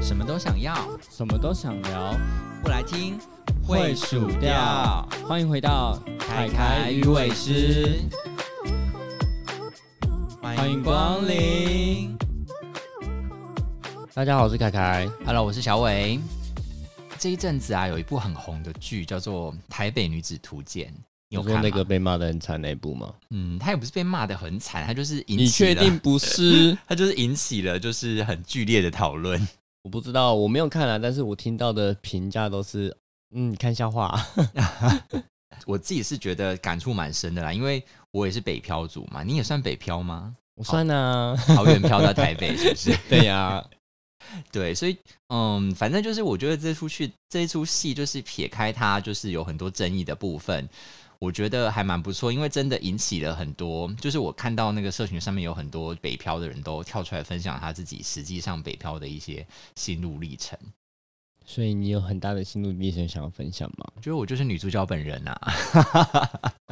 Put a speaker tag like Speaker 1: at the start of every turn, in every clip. Speaker 1: 什么都想要，
Speaker 2: 什么都想聊，
Speaker 1: 不来听
Speaker 2: 会数掉。欢迎回到
Speaker 1: 凯凯鱼尾狮，
Speaker 2: 欢迎光临。大家好，我是凯凯。
Speaker 1: Hello，我是小伟。这一阵子啊，有一部很红的剧叫做《台北女子图鉴》，你有
Speaker 2: 说
Speaker 1: 看
Speaker 2: 那个
Speaker 1: 吗？
Speaker 2: 被骂的很惨那一部吗？
Speaker 1: 嗯，她也不是被骂的很惨，她就是引起
Speaker 2: 你确
Speaker 1: 了
Speaker 2: 定？不 是？
Speaker 1: 她就是引起了就是很剧烈的讨论。
Speaker 2: 我不知道，我没有看啊，但是我听到的评价都是，嗯，看笑话。
Speaker 1: 我自己是觉得感触蛮深的啦，因为我也是北漂族嘛，你也算北漂吗？
Speaker 2: 我算啊，
Speaker 1: 桃园漂到台北是不是？
Speaker 2: 对呀、
Speaker 1: 对，所以嗯，反正就是我觉得这出去这一出戏，就是撇开它就是有很多争议的部分，我觉得还蛮不错，因为真的引起了很多，就是我看到那个社群上面有很多北漂的人都跳出来分享他自己实际上北漂的一些心路历程。
Speaker 2: 所以你有很大的心路历程想要分享吗？
Speaker 1: 我觉得我就是女主角本人啊。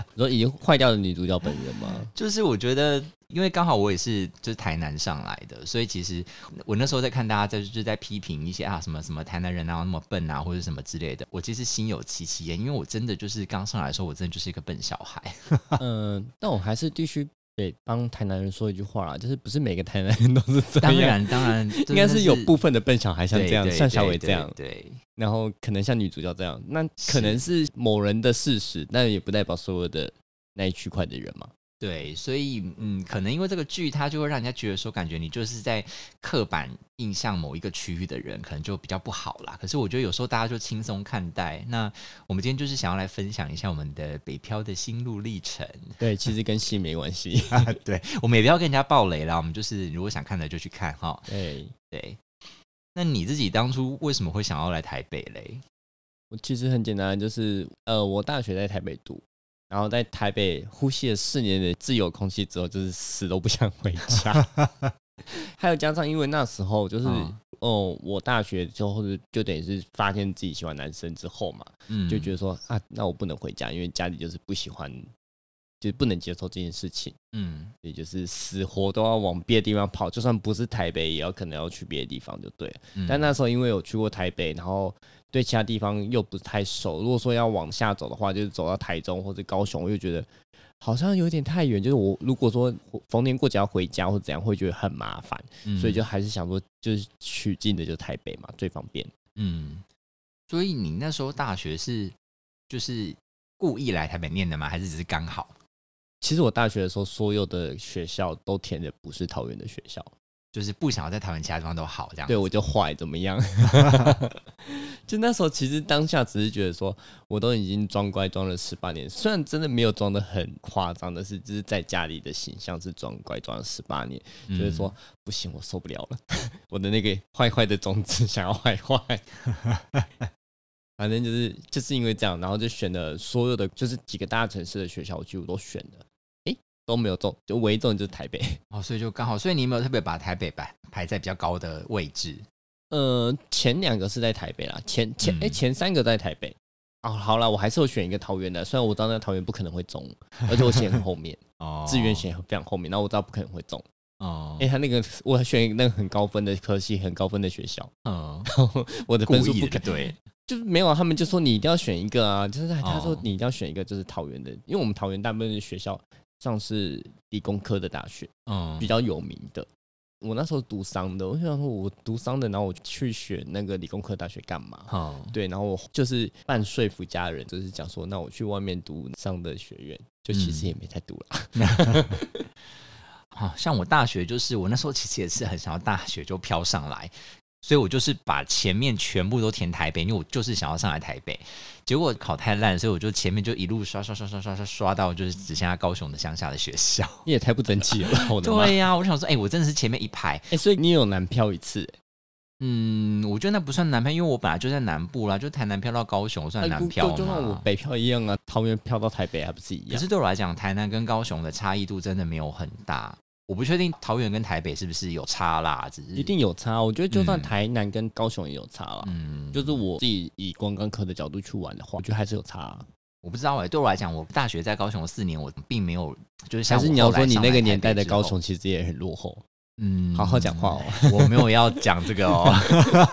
Speaker 2: 你说已经坏掉的女主角本人吗？
Speaker 1: 就是我觉得，因为刚好我也是就是台南上来的，所以其实我那时候在看大家在就是在批评一些啊什么什么台南人啊那么笨啊或者什么之类的，我其实心有戚戚焉，因为我真的就是刚上来的时候，我真的就是一个笨小 孩。
Speaker 2: 嗯，但我还是必须得帮台南人说一句话啦，就是不是每个台南人都是这
Speaker 1: 当
Speaker 2: 样，
Speaker 1: 然当然，
Speaker 2: 应该是有部
Speaker 1: 不
Speaker 2: 分的笨小孩像这样，像小伟这样，
Speaker 1: 对对
Speaker 2: 然后可能像女主角这样，那可
Speaker 1: 是
Speaker 2: 能是某人的事实，但也不代表所有的那一区块的人嘛。
Speaker 1: 对，所以嗯，可能因为这个剧，它就会让人家觉得说，感觉你就是在刻板印象某一个区域的人，可能就比较不好啦。可是我觉得有时候大家就轻松看待。那我们今天就是想要来分享一下我们的北漂的心路历程。
Speaker 2: 对，其实跟性没关系。
Speaker 1: 对，我们也不要跟人家爆雷啦，我们就是如果想看的就去看哈。
Speaker 2: 对，
Speaker 1: 对，那你自己当初为什么会想要来台北嘞？
Speaker 2: 我其实很简单，就是呃，我大学在台北读，然后在台北呼吸了四年的自由空气之后，就是死都不想回 家。还有加上，因为那时候就是
Speaker 1: 嗯
Speaker 2: 哦、我大学之后就就等于是发现自己喜欢男生之后嘛，
Speaker 1: 嗯
Speaker 2: 就觉得说啊，那我不能回家，因为家里就是不喜欢，就是不能接受这件事情。
Speaker 1: 嗯，
Speaker 2: 也就是死活都要往别的地方跑，就算不是台北，也要可能要去别的地方就对了。
Speaker 1: 嗯
Speaker 2: 但那时候因为有去过台北，然后对其他地方又不太熟，如果说要往下走的话，就是走到台中或者高雄，我就觉得好像有点太远。就是我如果说逢年过节要回家或者怎样，会觉得很麻烦，
Speaker 1: 嗯
Speaker 2: 所以就还是想说，就是取近的就台北嘛，最方便。
Speaker 1: 嗯，所以你那时候大学是就是故意来台北念的吗？还是只是刚好？
Speaker 2: 其实我大学的时候，所有的学校都填的不是桃园的学校，
Speaker 1: 就是不想要在台湾其他地方都好这样？
Speaker 2: 对，我就坏怎么样？ 就那时候其实当下只是觉得说，我都已经装乖装了十八年，虽然真的没有装的很夸张的是，只是在家里的形象是装乖装了十八年，
Speaker 1: 嗯
Speaker 2: 就是说不行，我受不了了， 我的那个坏坏的种子 想要坏坏。反正就是就是因为这样，然后就选了所有的就是几个大城市的学校，我几乎都选了，诶、都没有中，就唯一中的就是台北。
Speaker 1: 哦，所以就刚好，所以你有没有特别把台北排排在比较高的位置？
Speaker 2: 呃，前两个是在台北啦，前前哎、
Speaker 1: 嗯
Speaker 2: 前三个在台北。哦，好啦，我还是有选一个桃园的，虽然我知道那个桃园不可能会中，而且我写很后面，
Speaker 1: 哦
Speaker 2: 志愿写很非常后面，然后我知道不可能会中，
Speaker 1: 哦
Speaker 2: 因为，他那个我选那个很高分的科系，很高分的学校，
Speaker 1: 嗯，
Speaker 2: 我的
Speaker 1: 故
Speaker 2: 分数
Speaker 1: 意
Speaker 2: 不
Speaker 1: 的
Speaker 2: 可
Speaker 1: 对，
Speaker 2: 就是没有啊，他们就说你一定要选一个啊，就是他说
Speaker 1: 哦
Speaker 2: 你一定要选一个就是桃园的，因为我们桃园大部分的学校像是理工科的大学，
Speaker 1: 嗯，
Speaker 2: 比较有名的。我那时候读商的，我想说，我读商的，然后我去选那个理工科大学干嘛？
Speaker 1: 好，
Speaker 2: 对，然后我就是半说服家人，就是讲说，那我去外面读商的学院，就其
Speaker 1: 嗯
Speaker 2: 实也没太读了。
Speaker 1: 好像我大学就是我那时候其实也是很想要大学就飘上来，所以我就是把前面全部都填台北，因为我就是想要上来台北。结果考太烂，所以我就前面就一路刷刷刷刷刷刷刷到就是只剩下高雄的乡下的学校。
Speaker 2: 你也太不争气 了吧，我的妈！
Speaker 1: 嗯
Speaker 2: 哎、
Speaker 1: 对呀、我想说，哎、我真的是前面一排。
Speaker 2: 所以你有南漂一次、
Speaker 1: 嗯，我觉得那不算南漂，因为我本来就在南部啦，就台南漂到高雄算
Speaker 2: 那
Speaker 1: 南
Speaker 2: 哎就
Speaker 1: 漂
Speaker 2: 就像我
Speaker 1: 嘛。
Speaker 2: 北漂一样啊，桃园漂到台北还不是一
Speaker 1: 可
Speaker 2: 样？
Speaker 1: 是对我来讲，台南跟高雄的差异度真的没有很大。我不确定桃园跟台北是不是有差啦，只是
Speaker 2: 一定有差。我觉得就算
Speaker 1: 嗯
Speaker 2: 台南跟高雄也有差啦。
Speaker 1: 嗯，
Speaker 2: 就是我自己以观光科的角度去玩的话，我觉得还是有差啊、
Speaker 1: 我不知道哎、对我来讲，我大学在高雄的四年，我并没有就是像
Speaker 2: 还
Speaker 1: 我
Speaker 2: 是你要
Speaker 1: 后来
Speaker 2: 说你
Speaker 1: 上
Speaker 2: 那
Speaker 1: 来
Speaker 2: 个
Speaker 1: 台
Speaker 2: 年
Speaker 1: 北
Speaker 2: 代的
Speaker 1: 之
Speaker 2: 高
Speaker 1: 后
Speaker 2: 雄其实也很落后？
Speaker 1: 嗯，
Speaker 2: 好好讲话哦。
Speaker 1: 我没有要讲这个哦，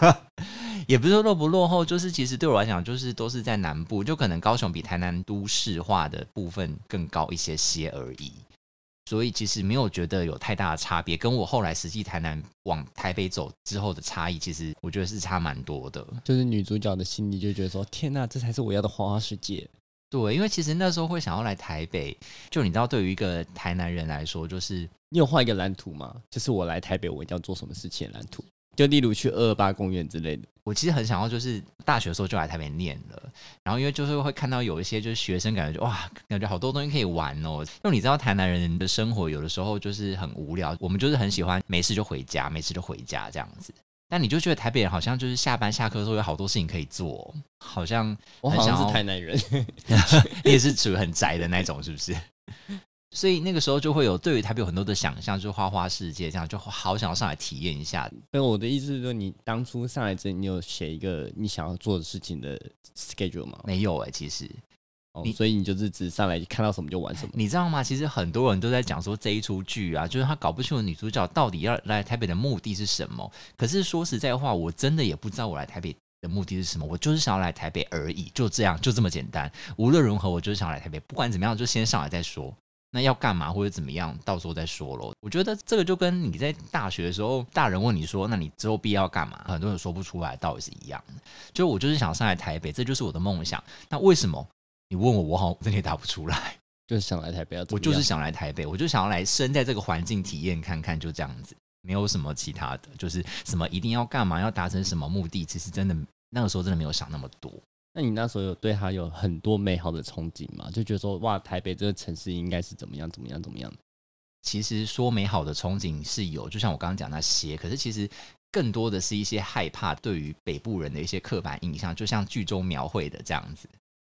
Speaker 1: 也不是说落不落后，就是其实对我来讲，就是都是在南部，就可能高雄比台南都市化的部分更高一些些而已。所以其实没有觉得有太大的差别，跟我后来实际台南往台北走之后的差异，其实我觉得是差蛮多的。
Speaker 2: 就是女主角的心里就觉得说：“天呐，这才是我要的花花世界。
Speaker 1: 对，因为其实那时候会想要来台北，就你知道，对于一个台南人来说，就是”
Speaker 2: 你有画一个蓝图吗？就是我来台北，我一定要做什么事情的蓝图？就例如去二二八公园之类的。
Speaker 1: 我其实很想要，就是大学的时候就来台北念了，然后因为就是会看到有一些就是学生感觉就哇，感觉好多东西可以玩哦。因为你知道台南人的生活有的时候就是很无聊，我们就是很喜欢没事就回家，没事就回家这样子。但你就觉得台北人好像就是下班下课的时候有好多事情可以做，哦好像哦
Speaker 2: 我
Speaker 1: 很
Speaker 2: 好像
Speaker 1: 想要
Speaker 2: 是台南人，
Speaker 1: 你也是属于很宅的那种，是不 是？所以那个时候就会有对于台北有很多的想象，就是花花世界这样，就好想要上来体验一下。
Speaker 2: 但我的意思是说，你当初上来之前，你有写一个你想要做的事情的 schedule 吗？
Speaker 1: 没有哎、其实
Speaker 2: 哦
Speaker 1: 你，
Speaker 2: 所以你就是只上来看到什么就玩什么。
Speaker 1: 你知道吗？其实很多人都在讲说这一出剧啊，就是他搞不清楚女主角到底要来台北的目的是什么。可是说实在话，我真的也不知道我来台北的目的是什么，我就是想要来台北而已，就这样，就这么简单。无论如何，我就是想要来台北，不管怎么样，就先上来再说。那要干嘛或者怎么样，到时候再说咯。我觉得这个就跟你在大学的时候，大人问你说，那你之后毕业要干嘛，很多人说不出来，到底是一样的。就我就是想上来台北，这就是我的梦想。那为什么你问我，我好像真的也答不出来。
Speaker 2: 就是想来台北要怎
Speaker 1: 我
Speaker 2: 么
Speaker 1: 就是
Speaker 2: 样
Speaker 1: 想来台北，我就想要来身在这个环境体验看看，就这样子，没有什么其他的，就是什么一定要干嘛，要达成什么目的，其实真的那个时候真的没有想那么多。
Speaker 2: 那你那时候有对他有很多美好的憧憬吗？就觉得说哇，台北这个城市应该是怎么样怎么样怎么样？
Speaker 1: 其实说美好的憧憬是有，就像我刚刚讲那些，可是其实更多的是一些害怕对于北部人的一些刻板印象，就像剧中描绘的这样子，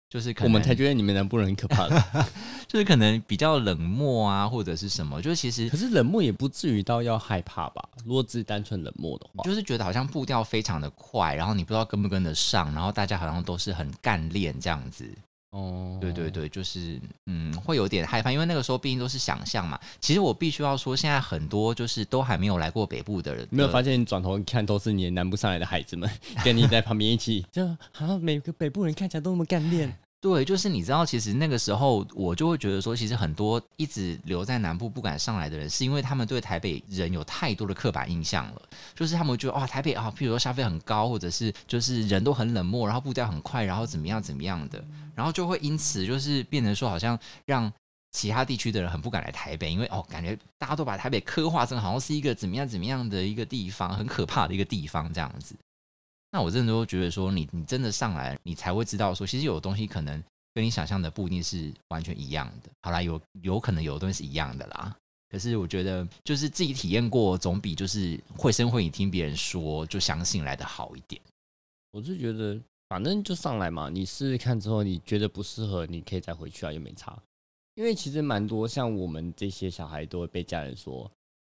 Speaker 1: 就是可
Speaker 2: 我
Speaker 1: 能
Speaker 2: 们才觉得你们南部人很可 怕的。
Speaker 1: 就是可能比较冷漠啊，或者是什么，就是其实
Speaker 2: 可是冷漠也不至于到要害怕吧？如果只是单纯冷漠的话，
Speaker 1: 就是觉得好像步调非常的快，然后你不知道跟不跟得上，然后大家好像都是很干练这样子。
Speaker 2: 哦
Speaker 1: 对对，对，就是嗯，会有点害怕，因为那个时候毕竟都是想象嘛。其实我必须要说，现在很多就是都还没有来过北部的人，
Speaker 2: 没有
Speaker 1: 的
Speaker 2: 发现你转头一看都是你南部上来的孩 子们，跟你在旁边一起，就啊，每个北部人看起来都那么干练。
Speaker 1: 对，就是你知道，其实那个时候我就会觉得说，其实很多一直留在南部不敢上来的人，是因为他们对台北人有太多的刻板印象了，就是他们觉得哇，台北啊，譬如说消费很高，或者是就是人都很冷漠，然后步调很快，然后怎么样怎么样的，然后就会因此就是变成说，好像让其他地区的人很不敢来台北，因为哦，感觉大家都把台北刻画成好像是一个怎么样怎么样的一个地方，很可怕的一个地方这样子。那我真的都觉得说你，你真的上来，你才会知道说，其实有的东西可能跟你想象的不一定是完全一样的。好啦，有有可能有的东西是一样的啦。可是我觉得，就是自己体验过，总比就是绘声绘影听别人说就相信来的好一点。
Speaker 2: 我是觉得，反正就上来嘛，你试试看之后，你觉得不适合，你可以再回去啊，又没差。因为其实蛮多像我们这些小孩都会被家人说，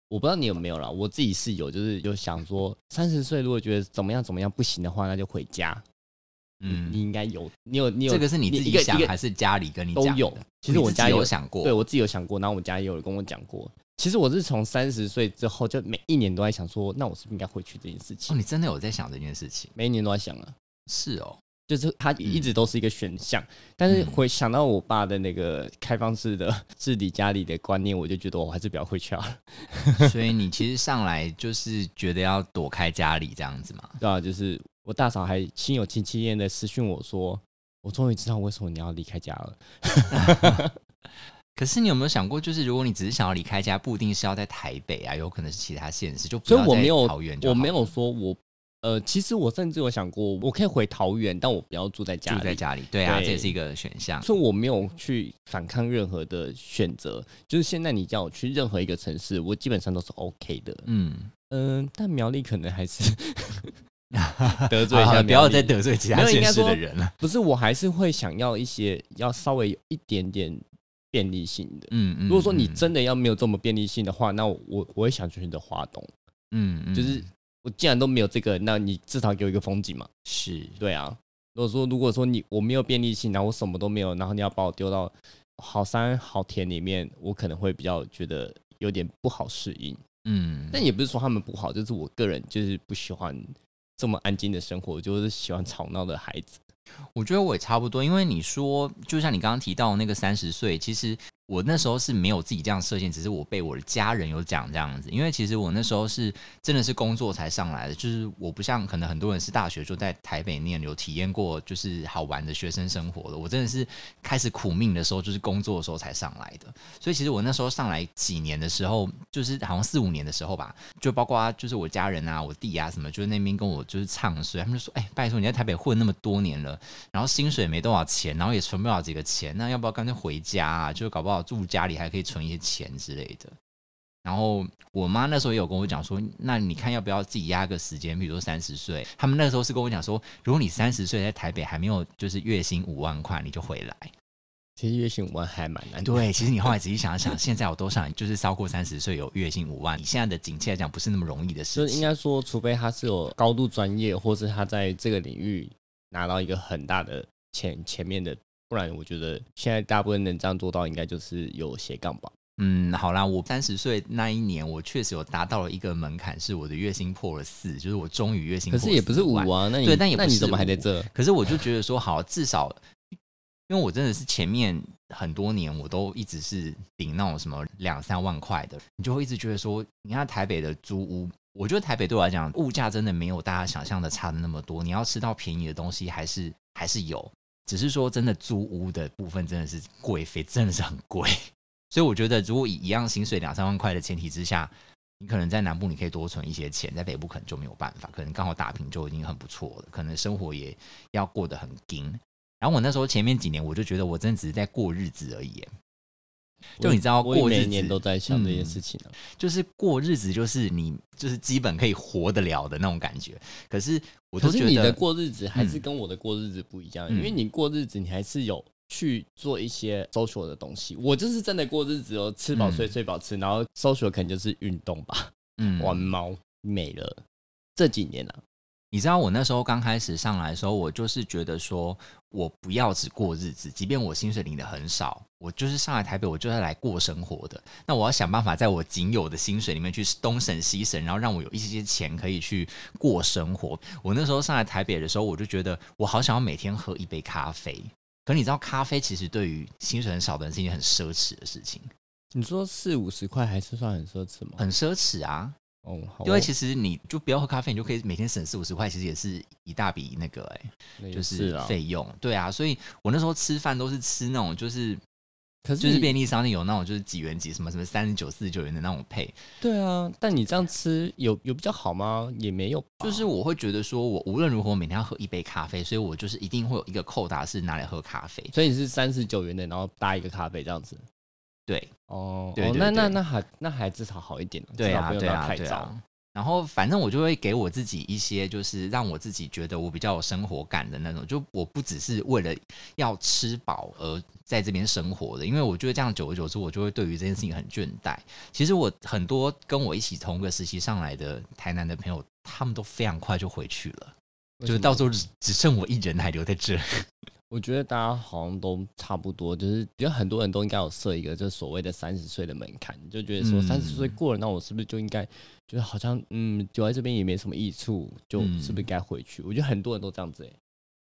Speaker 2: 我不知道你有没有啦，我自己是有，就是有想说，三十岁如果觉得怎么样怎么样不行的话，那就回家。嗯，你
Speaker 1: 嗯，
Speaker 2: 应该有，你有，你有，
Speaker 1: 这个是你自
Speaker 2: 一
Speaker 1: 己
Speaker 2: 个
Speaker 1: 想
Speaker 2: 一个
Speaker 1: 还是家里跟你
Speaker 2: 都
Speaker 1: 讲的
Speaker 2: 有其
Speaker 1: 你
Speaker 2: 实我
Speaker 1: 自己
Speaker 2: 家
Speaker 1: 有
Speaker 2: 有
Speaker 1: 想过，
Speaker 2: 对我自己有想过，然后我家也有人跟我讲过。其实我是从三十岁之后，就每一年都在想说，那我是不是应该回去这件事
Speaker 1: 哦，
Speaker 2: 情？
Speaker 1: 你真的有在想这件事情？
Speaker 2: 每一年都在想啊。
Speaker 1: 是哦，
Speaker 2: 就是它一直都是一个选项。但
Speaker 1: 嗯
Speaker 2: 是回想到我爸的那个开放式的 治理家里的观念，我就觉得我还是比较会去好了，
Speaker 1: 所以你其实上来就是觉得要躲开家里这样子嘛？
Speaker 2: 对啊，就是我大嫂还心有戚戚焉的私讯我说，我终于知道为什么你要离开家了。
Speaker 1: 可是你有没有想过，就是如果你只是想要离开家，不一定是要在台北啊，有可能是其他县市，就不
Speaker 2: 所以
Speaker 1: 要
Speaker 2: 我
Speaker 1: 在
Speaker 2: 没有
Speaker 1: 桃园，就
Speaker 2: 我
Speaker 1: 好
Speaker 2: 没
Speaker 1: 了
Speaker 2: 有说我呃，其实我甚至有想过，我可以回桃园，但我不要住在家
Speaker 1: 住
Speaker 2: 里。
Speaker 1: 在家里，对啊，
Speaker 2: 对
Speaker 1: 这也是一个选项。
Speaker 2: 所以我没有去反抗任何的选择，就是现在你叫我去任何一个城市，我基本上都是 OK 的。
Speaker 1: 嗯，
Speaker 2: 嗯、但苗栗可能 还是得罪一
Speaker 1: 好了
Speaker 2: 下苗栗，
Speaker 1: 不要再得罪其他
Speaker 2: 没有应
Speaker 1: 县
Speaker 2: 该
Speaker 1: 市的
Speaker 2: 说
Speaker 1: 人了。
Speaker 2: 不是，我还是会想要一些要稍微有一点点便利性的。
Speaker 1: 嗯嗯，
Speaker 2: 如果说你
Speaker 1: 嗯，
Speaker 2: 真的要没有这么便利性的话，那我我我会想去选择华东。
Speaker 1: 嗯嗯，
Speaker 2: 就是我既然都没有这个，那你至少给我一个风景嘛。
Speaker 1: 是
Speaker 2: 对啊，如果说如果说你我没有便利性，然后我什么都没有，然后你要把我丢到好山好田里面，我可能会比较觉得有点不好适应。
Speaker 1: 嗯，
Speaker 2: 但也不是说他们不好，就是我个人就是不喜欢这么安静的生活，我就是喜欢吵闹的孩子。
Speaker 1: 我觉得我也差不多，因为你说，就像你刚刚提到那个三十岁，其实我那时候是没有自己这样设限，只是我被我的家人有讲这样子。因为其实我那时候是真的是工作才上来的，就是我不像可能很多人是大学就在台北念，有体验过就是好玩的学生生活的。我真的是开始苦命的时候，就是工作的时候才上来的。所以其实我那时候上来几年的时候，就是好像四五年的时候吧，就包括就是我家人啊、我弟啊什么，就是那边跟我就是唱衰，他们就说：“哎、拜托你在台北混那么多年了。”然后薪水也没多少钱，然后也存不了几个钱，那要不要干脆回家啊？就是搞不好住家里还可以存一些钱之类的。然后我妈那时候也有跟我讲说，那你看要不要自己压个时间，比如说三十岁。他们那时候是跟我讲说，如果你三十岁在台北还没有就是月薪五万块，你就回来。
Speaker 2: 其实月薪五万还蛮难的，
Speaker 1: 对， 其实你后来仔细想一想，现在我都想就是超过三十岁有月薪五万，以现在的景气来讲，不是那么容易的
Speaker 2: 就
Speaker 1: 事
Speaker 2: 是
Speaker 1: 情。
Speaker 2: 应该说，除非他是有高度专业，或是他在这个领域拿到一个很大的前前面的，不然我觉得现在大部分能这样做到，应该就是有斜杠吧。
Speaker 1: 嗯，好啦，我三十岁那一年，我确实有达到了一个门槛，是我的月薪破了四，就是我终于月薪
Speaker 2: 可
Speaker 1: 破了
Speaker 2: 是也不是
Speaker 1: 4
Speaker 2: 五
Speaker 1: 万
Speaker 2: 啊，那你
Speaker 1: 对但也不
Speaker 2: 那你
Speaker 1: 是
Speaker 2: 怎么还
Speaker 1: 五
Speaker 2: 在这？
Speaker 1: 可是我就觉得说，好，至少，因为我真的是前面很多年我都一直是领那种什么两三万块的，你就会一直觉得说，你看台北的租屋，我觉得台北对我来讲，物价真的没有大家想象的差的那么多。你要吃到便宜的东西，还是还是有，只是说真的租屋的部分真的是贵费，真的是很贵。 所以我觉得，如果以一样薪水两三万块的前提之下，你可能在南部你可以多存一些钱，在北部可能就没有办法，可能刚好打平就已经很不错了，可能生活也要过得很紧。然后我那时候前面几年，我就觉得我真的只是在过日子而已耶，就
Speaker 2: 我
Speaker 1: 你知道
Speaker 2: 我也
Speaker 1: 过日
Speaker 2: 每
Speaker 1: 子
Speaker 2: 年都在想这
Speaker 1: 嗯
Speaker 2: 件事情啊。
Speaker 1: 就是过日子，就是你就是基本可以活得了的那种感觉。可是我
Speaker 2: 可
Speaker 1: 都
Speaker 2: 是
Speaker 1: 觉
Speaker 2: 你的
Speaker 1: 得，
Speaker 2: 过日子还是跟我的过日子不一样，
Speaker 1: 嗯
Speaker 2: 因为你过日子你还是有去做一些 social 的东西。我就是真的过日子哦，吃饱睡，
Speaker 1: 嗯
Speaker 2: 睡饱吃，然后 social 可能就是运动吧，
Speaker 1: 嗯
Speaker 2: 玩猫没了。这几年啊，
Speaker 1: 你知道我那时候刚开始上来的时候，我就是觉得说我不要只过日子，即便我薪水领的很少，我就是上来台北，我就是来过生活的。那我要想办法在我仅有的薪水里面去东省西省，然后让我有一些些钱可以去过生活。我那时候上来台北的时候，我就觉得我好想要每天喝一杯咖啡。可你知道，咖啡其实对于薪水很少的人是一件很奢侈的事情，
Speaker 2: 你说四五十块还是算很奢侈吗？
Speaker 1: 很奢侈啊！
Speaker 2: 哦，好哦，
Speaker 1: 因为其实你就不要喝咖啡，你就可以每天省四五十块，其实也是一大笔那个哎、
Speaker 2: 那也
Speaker 1: 就是
Speaker 2: 啦。
Speaker 1: 费用。对啊，所以我那时候吃饭都是吃那种，就是
Speaker 2: 可是
Speaker 1: 就是
Speaker 2: 你
Speaker 1: 便利商店有那种就是几元几什么什么三十九、四十九元的那种配，
Speaker 2: 对啊，但你这样吃有有比较好吗？也没有吧，
Speaker 1: 就是我会觉得说我无论如何每天要喝一杯咖啡，所以我就是一定会有一个扣打是拿来喝咖啡。
Speaker 2: 所以你是三十九元的，然后搭一个咖啡这样子。
Speaker 1: 对
Speaker 2: 哦，
Speaker 1: 对
Speaker 2: 哦
Speaker 1: 对
Speaker 2: 那那
Speaker 1: 对
Speaker 2: 那还那还至少好一点啊，
Speaker 1: 对
Speaker 2: 至少
Speaker 1: 啊，
Speaker 2: 不用
Speaker 1: 对
Speaker 2: 到
Speaker 1: 啊，
Speaker 2: 太
Speaker 1: 对
Speaker 2: 早。
Speaker 1: 啊。然后反正我就会给我自己一些，就是让我自己觉得我比较有生活感的那种，就我不只是为了要吃饱而在这边生活的，因为我觉得这样久而久之，我就会对于这件事情很倦怠。其实我很多跟我一起同个时期上来的台南的朋友，他们都非常快就回去了，
Speaker 2: 为
Speaker 1: 就
Speaker 2: 什
Speaker 1: 是
Speaker 2: 么
Speaker 1: 到时候只只剩我一人还留在这。
Speaker 2: 我觉得大家好像都差不多，就是比较很多人都应该有设一个，就是所谓的三十岁的门槛，就觉得说
Speaker 1: 嗯
Speaker 2: 三十岁过了，那我是不是就应该，就是好像嗯，留在这边也没什么益处，就是
Speaker 1: 嗯
Speaker 2: 不是该回去？我觉得很多人都这样子、欸，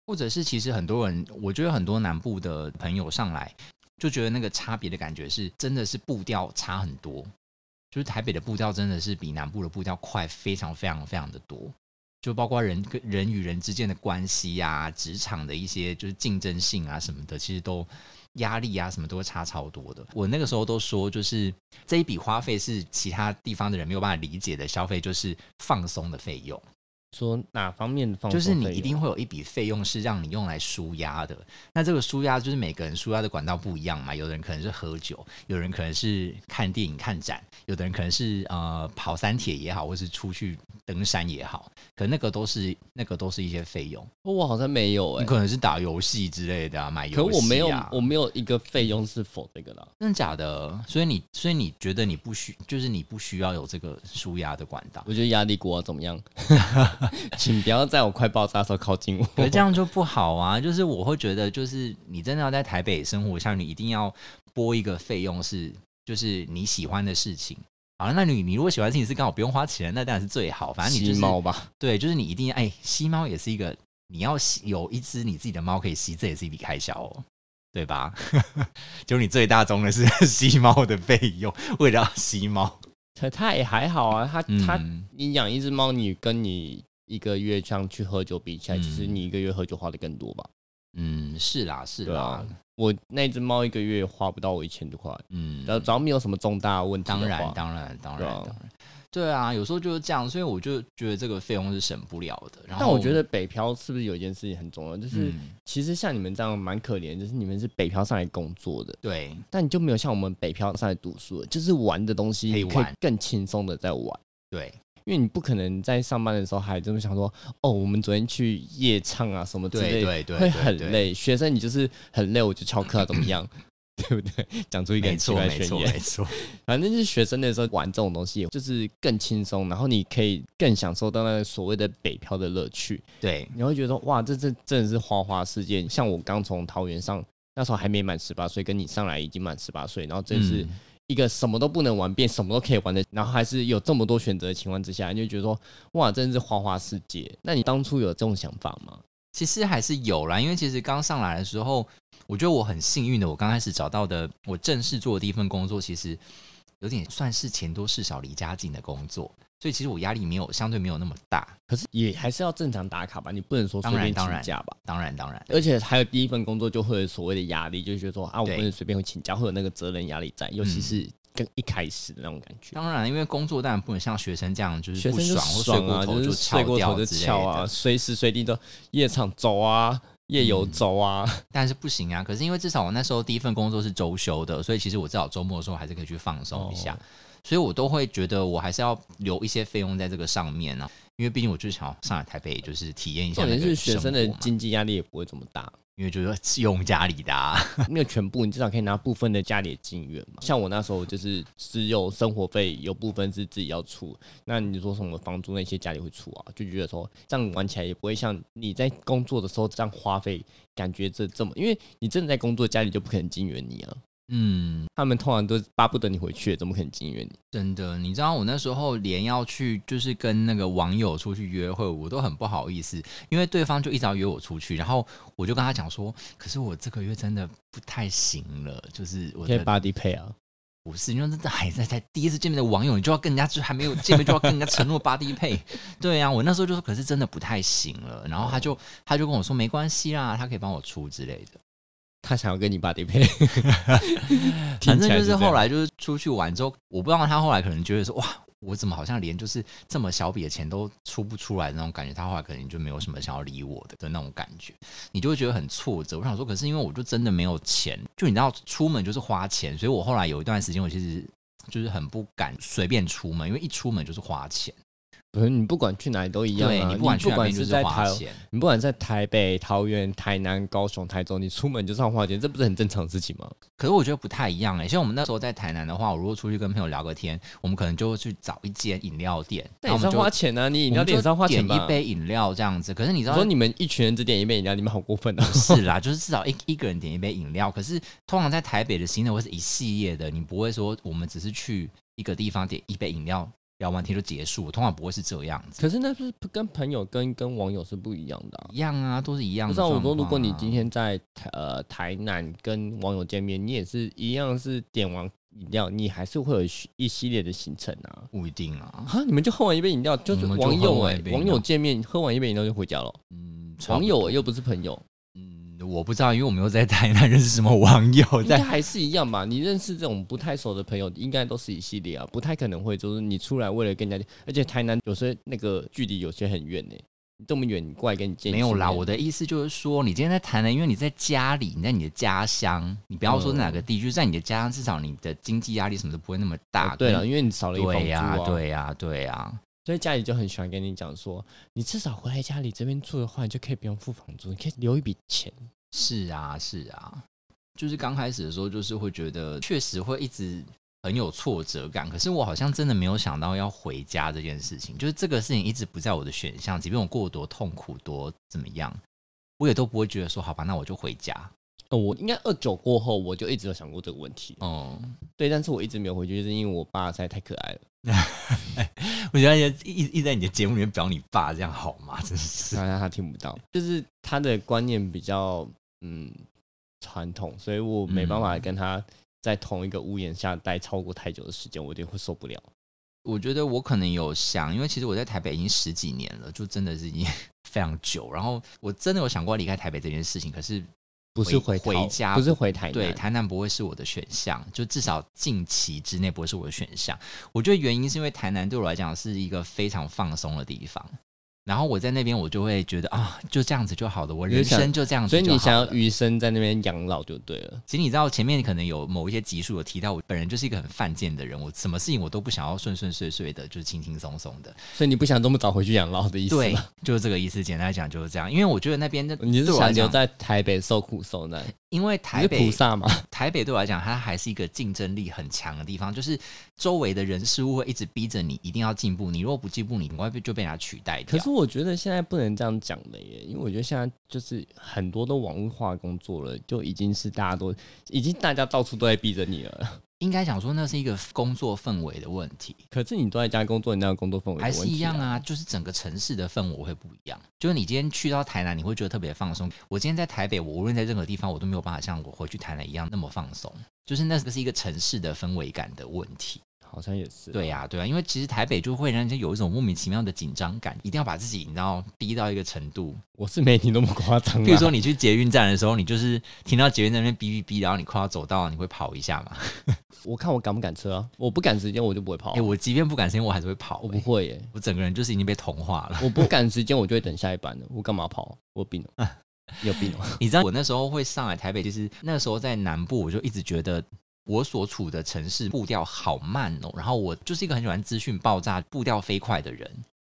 Speaker 1: 或者是其实很多人，我觉得很多南部的朋友上来就觉得那个差别的感觉是真的是步调差很多，就是台北的步调真的是比南部的步调快非常非常非常的多，就包括人跟人与人之间的关系啊，职场的一些就是竞争性啊什么的，其实都。压力啊，什么都会差超多的。我那个时候都说，就是这一笔花费是其他地方的人没有办法理解的消费，就是放松的费用。
Speaker 2: 说哪方面放松
Speaker 1: 就是你
Speaker 2: 可以
Speaker 1: 一定
Speaker 2: 有
Speaker 1: 会有一笔费用是让你用来舒压的。那这个舒压就是每个人舒压的管道不一样嘛，有的人可能是喝酒，有人可能是看电影、看展，有的人可能是呃跑山铁也好，或是出去登山也好，可那个都是那个都是一些费用。
Speaker 2: 我好像没有哎、
Speaker 1: 你可能是打游戏之类的啊，买游戏、
Speaker 2: 可
Speaker 1: 啊。
Speaker 2: 我没有，我没有一个费用是否这个啦。
Speaker 1: 真的假的？所以你所以你觉得你不需，就是你不需要有这个舒压的管道。
Speaker 2: 我觉得压力锅啊怎么样？请不要在我快爆炸的时候靠近
Speaker 1: 可
Speaker 2: 我。
Speaker 1: 是这样就不好啊！就是我会觉得，就是你真的要在台北生活下去，你一定要拨一个费用是，就是你喜欢的事情。好了，那你你如果喜欢的事情是刚好不用花钱，那当然是最好。反正你就
Speaker 2: 吸
Speaker 1: 是
Speaker 2: 猫吧，
Speaker 1: 对，就是你一定哎，吸猫也是一个，你要吸有一只你自己的猫可以吸，这也是一笔开销哦，对吧？ 就你最大宗的是 吸猫的费用，为了要吸猫，
Speaker 2: 可它也还好啊。它它
Speaker 1: 嗯，
Speaker 2: 你养一只猫，你跟你一个月这样去喝酒比起来，
Speaker 1: 嗯
Speaker 2: 其实你一个月喝酒花的更多吧？
Speaker 1: 嗯，是啦，是
Speaker 2: 对
Speaker 1: 啦，
Speaker 2: 啊我那只猫一个月花不到我一千多块，
Speaker 1: 嗯，
Speaker 2: 只要只要没有什么重大问题的
Speaker 1: 当
Speaker 2: 话，
Speaker 1: 然，当然，当然，
Speaker 2: 对啊
Speaker 1: 当然，对啊，有时候就是这样，所以我就觉得这个费用是省不了的。然后，
Speaker 2: 但我觉得北漂是不是有一件事情很重要，就是、
Speaker 1: 嗯
Speaker 2: 其实像你们这样蛮可怜，就是你们是北漂上来工作的，
Speaker 1: 对，
Speaker 2: 但你就没有像我们北漂上来读书的，就是玩的东西
Speaker 1: 可以
Speaker 2: 你可以
Speaker 1: 玩
Speaker 2: 更轻松的在玩。
Speaker 1: 对，
Speaker 2: 因为你不可能在上班的时候还这么想说，哦，我们昨天去夜唱啊什么之
Speaker 1: 对对
Speaker 2: 类的，
Speaker 1: 对对
Speaker 2: 会很
Speaker 1: 对
Speaker 2: 累。学生你就是很累，我就翘课啊，怎么样？ 对不对？讲出一个
Speaker 1: 没
Speaker 2: 很奇
Speaker 1: 错，
Speaker 2: 怪的
Speaker 1: 没
Speaker 2: 宣
Speaker 1: 错，
Speaker 2: 言。
Speaker 1: 没 错。
Speaker 2: 反正就是学生的时候玩这种东西，就是更轻松，然后你可以更享受到那个所谓的北漂的乐趣。
Speaker 1: 对，
Speaker 2: 你会觉得说，哇，这这真的是花花世界。像我刚从桃园上，那时候还没满十八岁，跟你上来已经满十八岁，然后这是
Speaker 1: 嗯
Speaker 2: 一个什么都不能玩，变什么都可以玩的，然后还是有这么多选择的情况之下，你就觉得说，哇，真的是花花世界。那你当初有这种想法吗？
Speaker 1: 其实还是有啦，因为其实刚上来的时候，我觉得我很幸运的，我刚开始找到的我正式做的第一份工作，其实有点算是钱多事少离家近的工作，所以其实我压力没有相对没有那么大。
Speaker 2: 可是也还是要正常打卡吧，你不能说随
Speaker 1: 当然
Speaker 2: 便
Speaker 1: 当
Speaker 2: 请
Speaker 1: 然
Speaker 2: 假吧。
Speaker 1: 当然，当然，
Speaker 2: 而且还有第一份工作就会有所谓的压力，就是觉得说啊，我
Speaker 1: 对嗯
Speaker 2: 不能随便会请假，会有那个责任压力在，尤其是跟一开始的那种感觉。
Speaker 1: 当然，因为工作当然不能像学生这样，就是
Speaker 2: 学
Speaker 1: 不
Speaker 2: 生就
Speaker 1: 爽或睡
Speaker 2: 爽
Speaker 1: 过
Speaker 2: 啊，
Speaker 1: 头
Speaker 2: 就是睡
Speaker 1: 翘
Speaker 2: 过头
Speaker 1: 掉
Speaker 2: 就
Speaker 1: 之类
Speaker 2: 翘
Speaker 1: 的
Speaker 2: 啊，。随时随地都夜场走啊，夜游
Speaker 1: 嗯
Speaker 2: 走啊。
Speaker 1: 但是不行啊。可是因为至少我那时候第一份工作是周休的，所以其实我至少周末的时候还是可以去放松一下。
Speaker 2: 哦
Speaker 1: 所以我都会觉得我还是要留一些费用在这个上面啊，因为毕竟我就是想要上来台北，就是体验一下
Speaker 2: 重
Speaker 1: 那
Speaker 2: 点
Speaker 1: 个
Speaker 2: 是学生的
Speaker 1: 生活嘛啊
Speaker 2: 经济压力也不会这么大，
Speaker 1: 因为就是用家里的、啊，
Speaker 2: 没有全部，你至少可以拿部分的家里的金元嘛。像我那时候就是只有生活费有部分是自己要出，那你说什么房租那些家里会出啊？就觉得说这样玩起来也不会像你在工作的时候这样花费，感觉这这么，因为你真的在工作，家里就不可能金援你啊。
Speaker 1: 嗯。
Speaker 2: 他们通常都是巴不得你回去，怎么可能金援你？
Speaker 1: 真的，你知道我那时候连要去就是跟那个网友出去约会，我都很不好意思，因为对方就一直要约我出去，然后我就跟他讲说，可是我这个月真的不太行了，就是我
Speaker 2: 可以
Speaker 1: 的
Speaker 2: body pay 啊。
Speaker 1: 不是，因为这还在才第一次见面的网友，你就要跟人家就还没有见面就要跟人家承诺八 D 配， 对啊，我那时候就说，可是真的不太行了，然后他就他就跟我说没关系啦，他可以帮我出之类的，
Speaker 2: 他想要跟你 body pay，
Speaker 1: 反
Speaker 2: 听起
Speaker 1: 正
Speaker 2: 来
Speaker 1: 就是
Speaker 2: 这样
Speaker 1: 后来就是出去玩之后，我不知道他后来可能觉得说哇。我怎么好像连就是这么小笔的钱都出不出来的那种感觉？他后来可能就没有什么想要理我的的那种感觉，你就会觉得很挫折。我想说，可是因为我就真的没有钱，就你知道出门就是花钱，所以我后来有一段时间我其实就是很不敢随便出门，因为一出门就是花钱。
Speaker 2: 不是你不管去哪里都一样
Speaker 1: 对
Speaker 2: 啊，
Speaker 1: 你
Speaker 2: 你
Speaker 1: 不管去哪边就是是
Speaker 2: 在
Speaker 1: 花
Speaker 2: 台，
Speaker 1: 钱，
Speaker 2: 你不管在台北、桃园、台南、高雄、台中，你出门就是要花钱，这不是很正常的事情吗？
Speaker 1: 可是我觉得不太一样哎、像我们那时候在台南的话，我如果出去跟朋友聊个天，我们可能就会去找一间饮料店，然
Speaker 2: 那也
Speaker 1: 后我
Speaker 2: 是
Speaker 1: 们
Speaker 2: 要
Speaker 1: 就
Speaker 2: 花钱啊，你饮
Speaker 1: 我
Speaker 2: 料
Speaker 1: 们
Speaker 2: 店也是要花
Speaker 1: 就
Speaker 2: 钱
Speaker 1: 点
Speaker 2: 吧？
Speaker 1: 一杯饮料这样子。可是你知
Speaker 2: 我
Speaker 1: 道
Speaker 2: 说，你们一群人只点一杯饮料，你们好过分啊！
Speaker 1: 不 是啦，就是至少一一个人点一杯饮料。可是通常在台北的行程会是一系列的，你不会说我们只是去一个地方点一杯饮料，聊完天就结束，通常不会是这样子。
Speaker 2: 可是那是跟朋友跟跟网友是不一样的、啊。
Speaker 1: 一样啊，都是一样
Speaker 2: 不
Speaker 1: 的
Speaker 2: 知道
Speaker 1: 状况啊、
Speaker 2: 我说，如果你今天在台呃台南跟网友见面，你也是一样是点完饮料，你还是会有一系列的行程啊。
Speaker 1: 不一定啊，
Speaker 2: 啊！你们就喝完一杯饮料，就是
Speaker 1: 我们就
Speaker 2: 网
Speaker 1: 喝
Speaker 2: 友
Speaker 1: 完
Speaker 2: 哎、
Speaker 1: 一杯饮
Speaker 2: 网
Speaker 1: 料
Speaker 2: 友见面喝完一杯饮料就回家了。
Speaker 1: 嗯，差不
Speaker 2: 网友
Speaker 1: 多
Speaker 2: 又不是朋友，
Speaker 1: 嗯，我不知道，因为我没有在台南认识什么网友，
Speaker 2: 应该
Speaker 1: 在
Speaker 2: 还是一样吧。你认识这种不太熟的朋友，应该都是一系列啊，不太可能会就是你出来为了跟人家，而且台南有时候那个距离有些很远呢、你这么远，你过来跟你见
Speaker 1: 没有啦。
Speaker 2: 一次面呃
Speaker 1: 我的意思就是说，你今天在台南，因为你在家里，你在你的家乡，你不要说哪
Speaker 2: 嗯
Speaker 1: 个地区，在你的家乡，至少你的经济压力什么都不会那么大。
Speaker 2: 哦对
Speaker 1: 了
Speaker 2: 了，，因为你少了一个房
Speaker 1: 对
Speaker 2: 租
Speaker 1: 呀、
Speaker 2: 啊，
Speaker 1: 对呀、对呀、
Speaker 2: 所以家里就很喜欢跟你讲说，你至少回来家里这边住的话，你就可以不用付房租，你可以留一笔钱。
Speaker 1: 是啊，是啊，就是刚开始的时候，就是会觉得确实会一直很有挫折感，可是我好像真的没有想到要回家这件事情，就是这个事情一直不在我的选项，即便我过得多痛苦多怎么样，我也都不会觉得说好吧，那我就回家。
Speaker 2: 呃我应该二九过后，我就一直有想过这个问题。
Speaker 1: 哦、
Speaker 2: 对，但是我一直没有回去，就是因为我爸实在太可爱了。
Speaker 1: 我觉得也一一直在你的节目里面表你爸，这样好吗？真是
Speaker 2: 当然他听不到，就是他的观念比较嗯传统，所以我没办
Speaker 1: 嗯
Speaker 2: 法跟他在同一个屋檐下待超过太久的时间，我就会受不了。
Speaker 1: 我觉得我可能有想，因为其实我在台北已经十几年了，就真的是已经 非常久。然后我真的有想过离开台北这件事情，可是
Speaker 2: 不是
Speaker 1: 回
Speaker 2: 回桃
Speaker 1: 回家
Speaker 2: 不是回台南，
Speaker 1: 对台南不会是我的选项，就至少近期之内不会是我的选项。我觉得原因是因为台南对我来讲是一个非常放松的地方，然后我在那边我就会觉得啊，就这样子就好了，我
Speaker 2: 你就
Speaker 1: 人
Speaker 2: 想
Speaker 1: 生就这样子
Speaker 2: 所以
Speaker 1: 就
Speaker 2: 你想
Speaker 1: 好
Speaker 2: 要
Speaker 1: 了。
Speaker 2: 余生在那边养老就对了。
Speaker 1: 其实你知道前面可能有某一些集数有提到，我本人就是一个很犯贱的人，我什么事情我都不想要顺顺遂遂的，就是轻轻松松的。
Speaker 2: 所以你不想这么早回去养老的意思
Speaker 1: 对
Speaker 2: 吗？，
Speaker 1: 就是这个意思。简单来讲就是这样，因为我觉得那边的
Speaker 2: 你是
Speaker 1: 对我来
Speaker 2: 想留
Speaker 1: 讲，
Speaker 2: 在台北受苦受难？
Speaker 1: 因为
Speaker 2: 你
Speaker 1: 台
Speaker 2: 是
Speaker 1: 北
Speaker 2: 菩萨吗？
Speaker 1: 台北对我来讲，它还是一个竞争力很强的地方，就是周围的人事物会一直逼着你一定要进步，你如果不进步，你很快被就被人家取代
Speaker 2: 可
Speaker 1: 掉。
Speaker 2: 是我觉得现在不能这样讲了耶，因为我觉得现在就是很多都网络化工作了，就已经是大家都已经大家到处都在逼着你了。
Speaker 1: 应该讲说那是一个工作氛围的问题，
Speaker 2: 可是你都在家工作，你哪有工作氛围的
Speaker 1: 还
Speaker 2: 问题、
Speaker 1: 是一样。啊，就是整个城市的氛围会不一样。就是你今天去到台南，你会觉得特别放松。我今天在台北，我无论在任何地方，我都没有办法像我回去台南一样那么放松。就是那个是一个城市的氛围感的问题。
Speaker 2: 好像也是。啊
Speaker 1: 对呀、啊对呀、因为其实台北就会让人家有一种莫名其妙的紧张感，一定要把自己你知道逼到一个程度。
Speaker 2: 我是没你那么夸张啊。
Speaker 1: 比如说你去捷运站的时候，你就是听到捷运站那边哔哔哔，然后你快要走到，你会跑一下嘛？
Speaker 2: 我看我赶不赶车啊？我不赶时间，我就不会跑啊。
Speaker 1: 哎、我即便不赶时间，我还是会跑、
Speaker 2: 我不
Speaker 1: 欸。
Speaker 2: 会耶，
Speaker 1: 我整个人就是已经被同化了。
Speaker 2: 我不赶时间，我就会等下一班了。我干嘛跑？我有病哦、
Speaker 1: 啊
Speaker 2: 你有 病哦、
Speaker 1: 你知道我那时候会上来台北，其实那时候在南部，我就一直觉得我所处的城市步调好慢哦。然后我就是一个很喜欢资讯爆炸、步调飞快的人。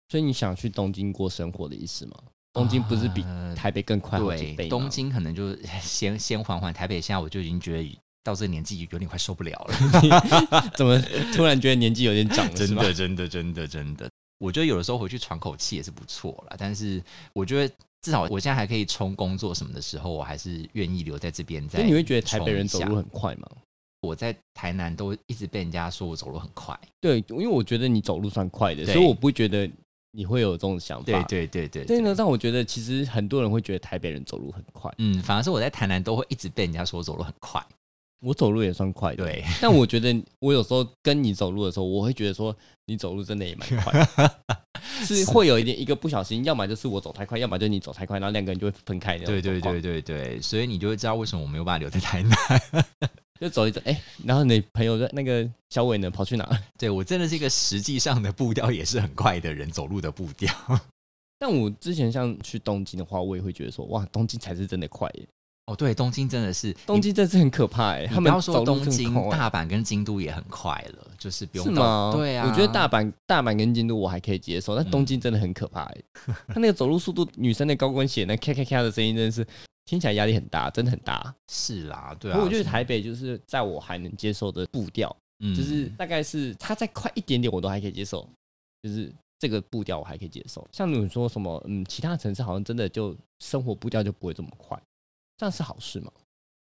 Speaker 2: 所以你想去东京过生活的意思吗？东京不是比
Speaker 1: 呃
Speaker 2: 台北更快好几倍
Speaker 1: 啊对，
Speaker 2: 吗
Speaker 1: 东京可能就先先缓缓，台北现在我就已经觉得到这个年纪有点快受不了 了，
Speaker 2: 怎么突然觉得年纪有点长了？是吧，
Speaker 1: 真的，真的，真的。我觉得有的时候回去喘口气也是不错啦，但是我觉得至少我现在还可以冲工作什么的时候，我还是愿意留在这边再
Speaker 2: 所
Speaker 1: 冲一
Speaker 2: 以
Speaker 1: 下。
Speaker 2: 你会觉得台北人走路很快吗？
Speaker 1: 我在台南都一直被人家说我走路很快。
Speaker 2: 对，因为我觉得你走路算快的，
Speaker 1: 对
Speaker 2: 所以我不觉得你会有这种想法。
Speaker 1: 对对对
Speaker 2: 对呢，但我觉得其实很多人会觉得台北人走路很快，
Speaker 1: 嗯，反而是我在台南都会一直被人家说我走路很快。
Speaker 2: 我走路也算快的。，
Speaker 1: 对，
Speaker 2: 但我觉得我有时候跟你走路的时候，我会觉得说你走路真的也蛮快 的，是会有一点一个不小心，要么就是我走太快，要么就是你走太快，然后两个人就会分开那种
Speaker 1: 对对
Speaker 2: 状况
Speaker 1: 对对对，所以你就会知道为什么我没有办法留在台南。
Speaker 2: 就走一走，哎、然后你朋友在那个小伟呢跑去哪 了？
Speaker 1: 对我真的是一个实际上的步调也是很快的人，走路的步调。
Speaker 2: 但我之前像去东京的话，我也会觉得说，哇，东京才是真的快耶！
Speaker 1: 哦，对，东京真的是
Speaker 2: 东京真是很可怕哎，
Speaker 1: 你
Speaker 2: 他
Speaker 1: 不
Speaker 2: 们
Speaker 1: 要说
Speaker 2: 走路
Speaker 1: 东
Speaker 2: 真的
Speaker 1: 京
Speaker 2: 很、快
Speaker 1: 大阪跟京都也很快了，就是不
Speaker 2: 是
Speaker 1: 用到
Speaker 2: 吗？
Speaker 1: 对啊，嗯
Speaker 2: 我觉得大阪、大阪跟京都我还可以接受，但东京真的很可怕 哎。他那个走路速度，女生的高跟鞋那咔咔咔的声音，真的是听起来压力很大，真的很大。
Speaker 1: 是啦，对
Speaker 2: 不
Speaker 1: 啊，
Speaker 2: 过我觉得
Speaker 1: 是
Speaker 2: 台北就是在我还能接受的步调，
Speaker 1: 嗯
Speaker 2: 就是大概是它再快一点点，我都还可以接受，就是这个步调我还可以接受。像你说什么，嗯，其他城市好像真的就生活步调就不会这么快，这样是好事嘛？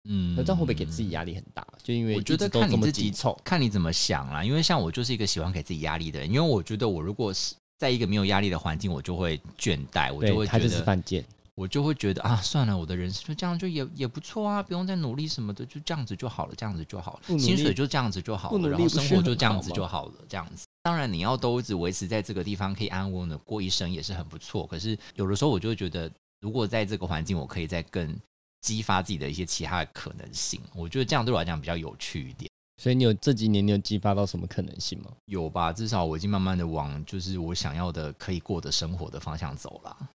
Speaker 1: 嗯
Speaker 2: 那这样会不会给自己压力很大？就因为
Speaker 1: 我觉得
Speaker 2: 一直都
Speaker 1: 看
Speaker 2: 这
Speaker 1: 你
Speaker 2: 么
Speaker 1: 自己
Speaker 2: 紧凑，
Speaker 1: 看你怎么想啦，因为像我就是一个喜欢给自己压力的人，因为我觉得我如果是在一个没有压力的环境，我就会倦怠，我就
Speaker 2: 对，
Speaker 1: 会
Speaker 2: 他
Speaker 1: 觉
Speaker 2: 就是
Speaker 1: 得，
Speaker 2: 犯贱。
Speaker 1: 我就会觉得啊，算了，我的人生就这样，就也也不错啊，不用再努力什么的，就这样子就好了，这样子就好
Speaker 2: 不努
Speaker 1: 了，
Speaker 2: 力
Speaker 1: 薪水就这样子就好
Speaker 2: 不努
Speaker 1: 了，
Speaker 2: 力
Speaker 1: 然后
Speaker 2: 不是
Speaker 1: 生活就
Speaker 2: 很
Speaker 1: 这样
Speaker 2: 好
Speaker 1: 子
Speaker 2: 吗
Speaker 1: 就好了，这样子。当然，你要都一直维持在这个地方，可以安稳的过一生也是很不错。可是有的时候，我就会觉得，如果在这个环境，我可以再更激发自己的一些其他的可能性，我觉得这样对我来讲比较有趣一点。
Speaker 2: 所以你有这几年你有激发到什么可能性吗？
Speaker 1: 有吧，至少我已经慢慢的往就是我想要的可以过的生活的方向走了。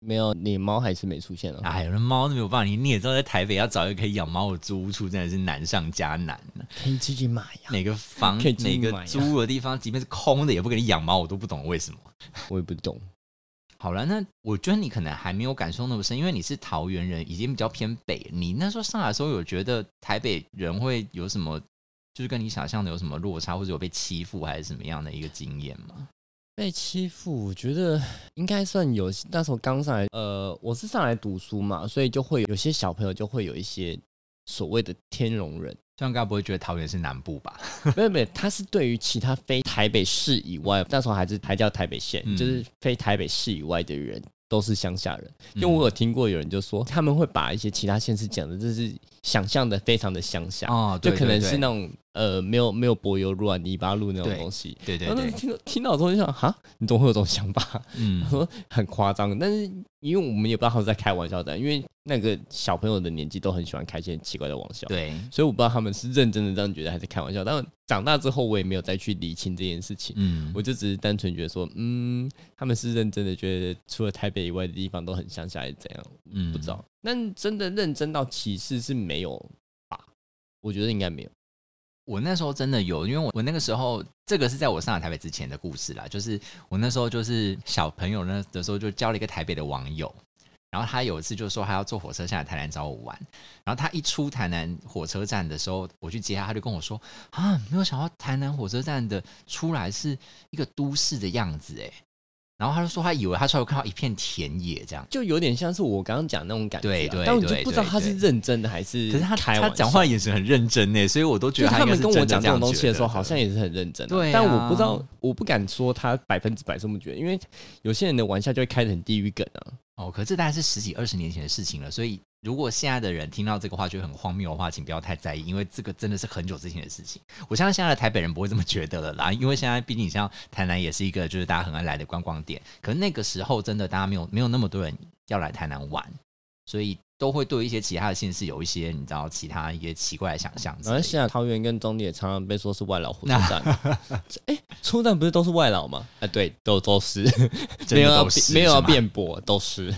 Speaker 2: 没有，你猫还是没出现啊？
Speaker 1: 哎呦，那猫都没有办法，你你也知道，在台北要找一个可以养猫的租屋处真的是难上加难了。
Speaker 2: 可以自己买呀、
Speaker 1: 每个房
Speaker 2: 可以自己
Speaker 1: 每个
Speaker 2: 买啊
Speaker 1: 租屋的地方，即便是空的，也不给你养猫，我都不懂为什么。
Speaker 2: 我也不懂。
Speaker 1: 好了，那我觉得你可能还没有感受那么深，因为你是桃园人，已经比较偏北。你那时候上来的时候，有觉得台北人会有什么就是跟你想象的有什么落差，或者有被欺负还是什么样的一个经验吗？
Speaker 2: 被欺负，我觉得应该算有。那时候刚上来，呃，我是上来读书嘛，所以就会有些小朋友就会有一些所谓的天龙 人，
Speaker 1: 这样该不会觉得桃园是南部吧？
Speaker 2: 没有没有，他是对于其他非台北市以外，那时候还是还叫台北县，
Speaker 1: 嗯
Speaker 2: 就是非台北市以外的人都是乡下人。因为
Speaker 1: 嗯
Speaker 2: 我有听过有人就说，他们会把一些其他县市讲的，就是想象的非常的乡下，
Speaker 1: 哦，
Speaker 2: 就
Speaker 1: 对
Speaker 2: 可能
Speaker 1: 对
Speaker 2: 是那种呃没有没有柏油路啊、泥巴路那种
Speaker 1: 对
Speaker 2: 东西。
Speaker 1: 对对
Speaker 2: 然后
Speaker 1: 对，
Speaker 2: 听到听到之后就想，哈，你怎么会有这种想法？
Speaker 1: 嗯
Speaker 2: 他，说很夸张，但是因为我们也不知道他是在开玩笑的，因为那个小朋友的年纪都很喜欢开一些很奇怪的玩笑。
Speaker 1: 对，
Speaker 2: 所以我不知道他们是认真的这样觉得还是开玩笑。但长大之后，我也没有再去理清这件事情，
Speaker 1: 嗯
Speaker 2: 我就只是单纯觉得说，嗯，他们是认真的，觉得除了台北以外的地方都很乡下，还是怎样？
Speaker 1: 嗯
Speaker 2: 不知道。但真的认真到歧视是没有吧？我觉得应该没有。
Speaker 1: 我那时候真的有，因为我我那个时候，这个是在我上来台北之前的故事啦。就是我那时候就是小朋友那的时候，就交了一个台北的网友，然后他有一次就说他要坐火车下来台南找我玩，然后他一出台南火车站的时候，我去接他，他就跟我说啊，没有想到台南火车站的出来是一个都市的样子哎，然后他就说他以为他出来看到一片田野这样。
Speaker 2: 就有点像是我刚刚讲那种感觉啊、
Speaker 1: 对对
Speaker 2: 但我就
Speaker 1: 对
Speaker 2: 不知道
Speaker 1: 对
Speaker 2: 他是
Speaker 1: 对
Speaker 2: 认真的还是
Speaker 1: 可是他
Speaker 2: 开
Speaker 1: 他
Speaker 2: 玩笑
Speaker 1: 讲话的，眼神很认真呢，所以我都觉
Speaker 2: 就
Speaker 1: 得
Speaker 2: 是他
Speaker 1: 应该
Speaker 2: 们
Speaker 1: 是
Speaker 2: 跟我
Speaker 1: 真的
Speaker 2: 讲
Speaker 1: 这
Speaker 2: 这种
Speaker 1: 样
Speaker 2: 东西的
Speaker 1: 觉
Speaker 2: 时候，
Speaker 1: 得
Speaker 2: 好像也是很认真、啊。
Speaker 1: 对啊
Speaker 2: 但我不知道，我不敢说他百分之百这么觉得，因为有些人的玩笑就会开得很地狱梗 啊。
Speaker 1: 哦，可是这大概是十几二十年前的事情了，所以如果现在的人听到这个话觉得很荒谬的话，请不要太在意，因为这个真的是很久之前的事情。我相信现在的台北人不会这么觉得了啦，因为现在毕竟像台南也是一个就是大家很爱来的观光点，可是那个时候真的大家没有没有那么多人要来台南玩，所以都会对一些其他的县市有一些你知道其他一些奇怪的想象之
Speaker 2: 然后
Speaker 1: 类的。
Speaker 2: 现在桃园跟中立也常常被说是外劳火车站。哎、 出站不是都是外劳吗？啊，对，都都是，
Speaker 1: 真 的
Speaker 2: 没有要
Speaker 1: 都是
Speaker 2: 没有要
Speaker 1: 是吗
Speaker 2: 辩驳，都是。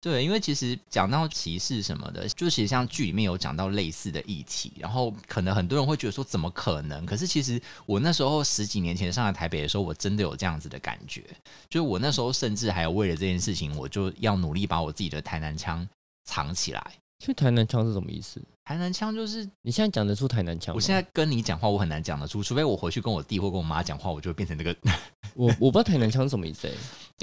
Speaker 1: 对，因为其实讲到歧视什么的，就其实像剧里面有讲到类似的议题，然后可能很多人会觉得说怎么可能？可是其实我那时候十几年前上来台北的时候，我真的有这样子的感觉，就是我那时候甚至还有为了这件事情，我就要努力把我自己的台南腔藏起来。
Speaker 2: 所以台南腔是什么意思？
Speaker 1: 台南腔就是，
Speaker 2: 你现在讲得出台南腔吗？
Speaker 1: 我现在跟你讲话，我很难讲得出，除非我回去跟我弟或跟我妈讲话，我就会变成那 个，
Speaker 2: 我我不知道台南腔是什么意思、欸。哎、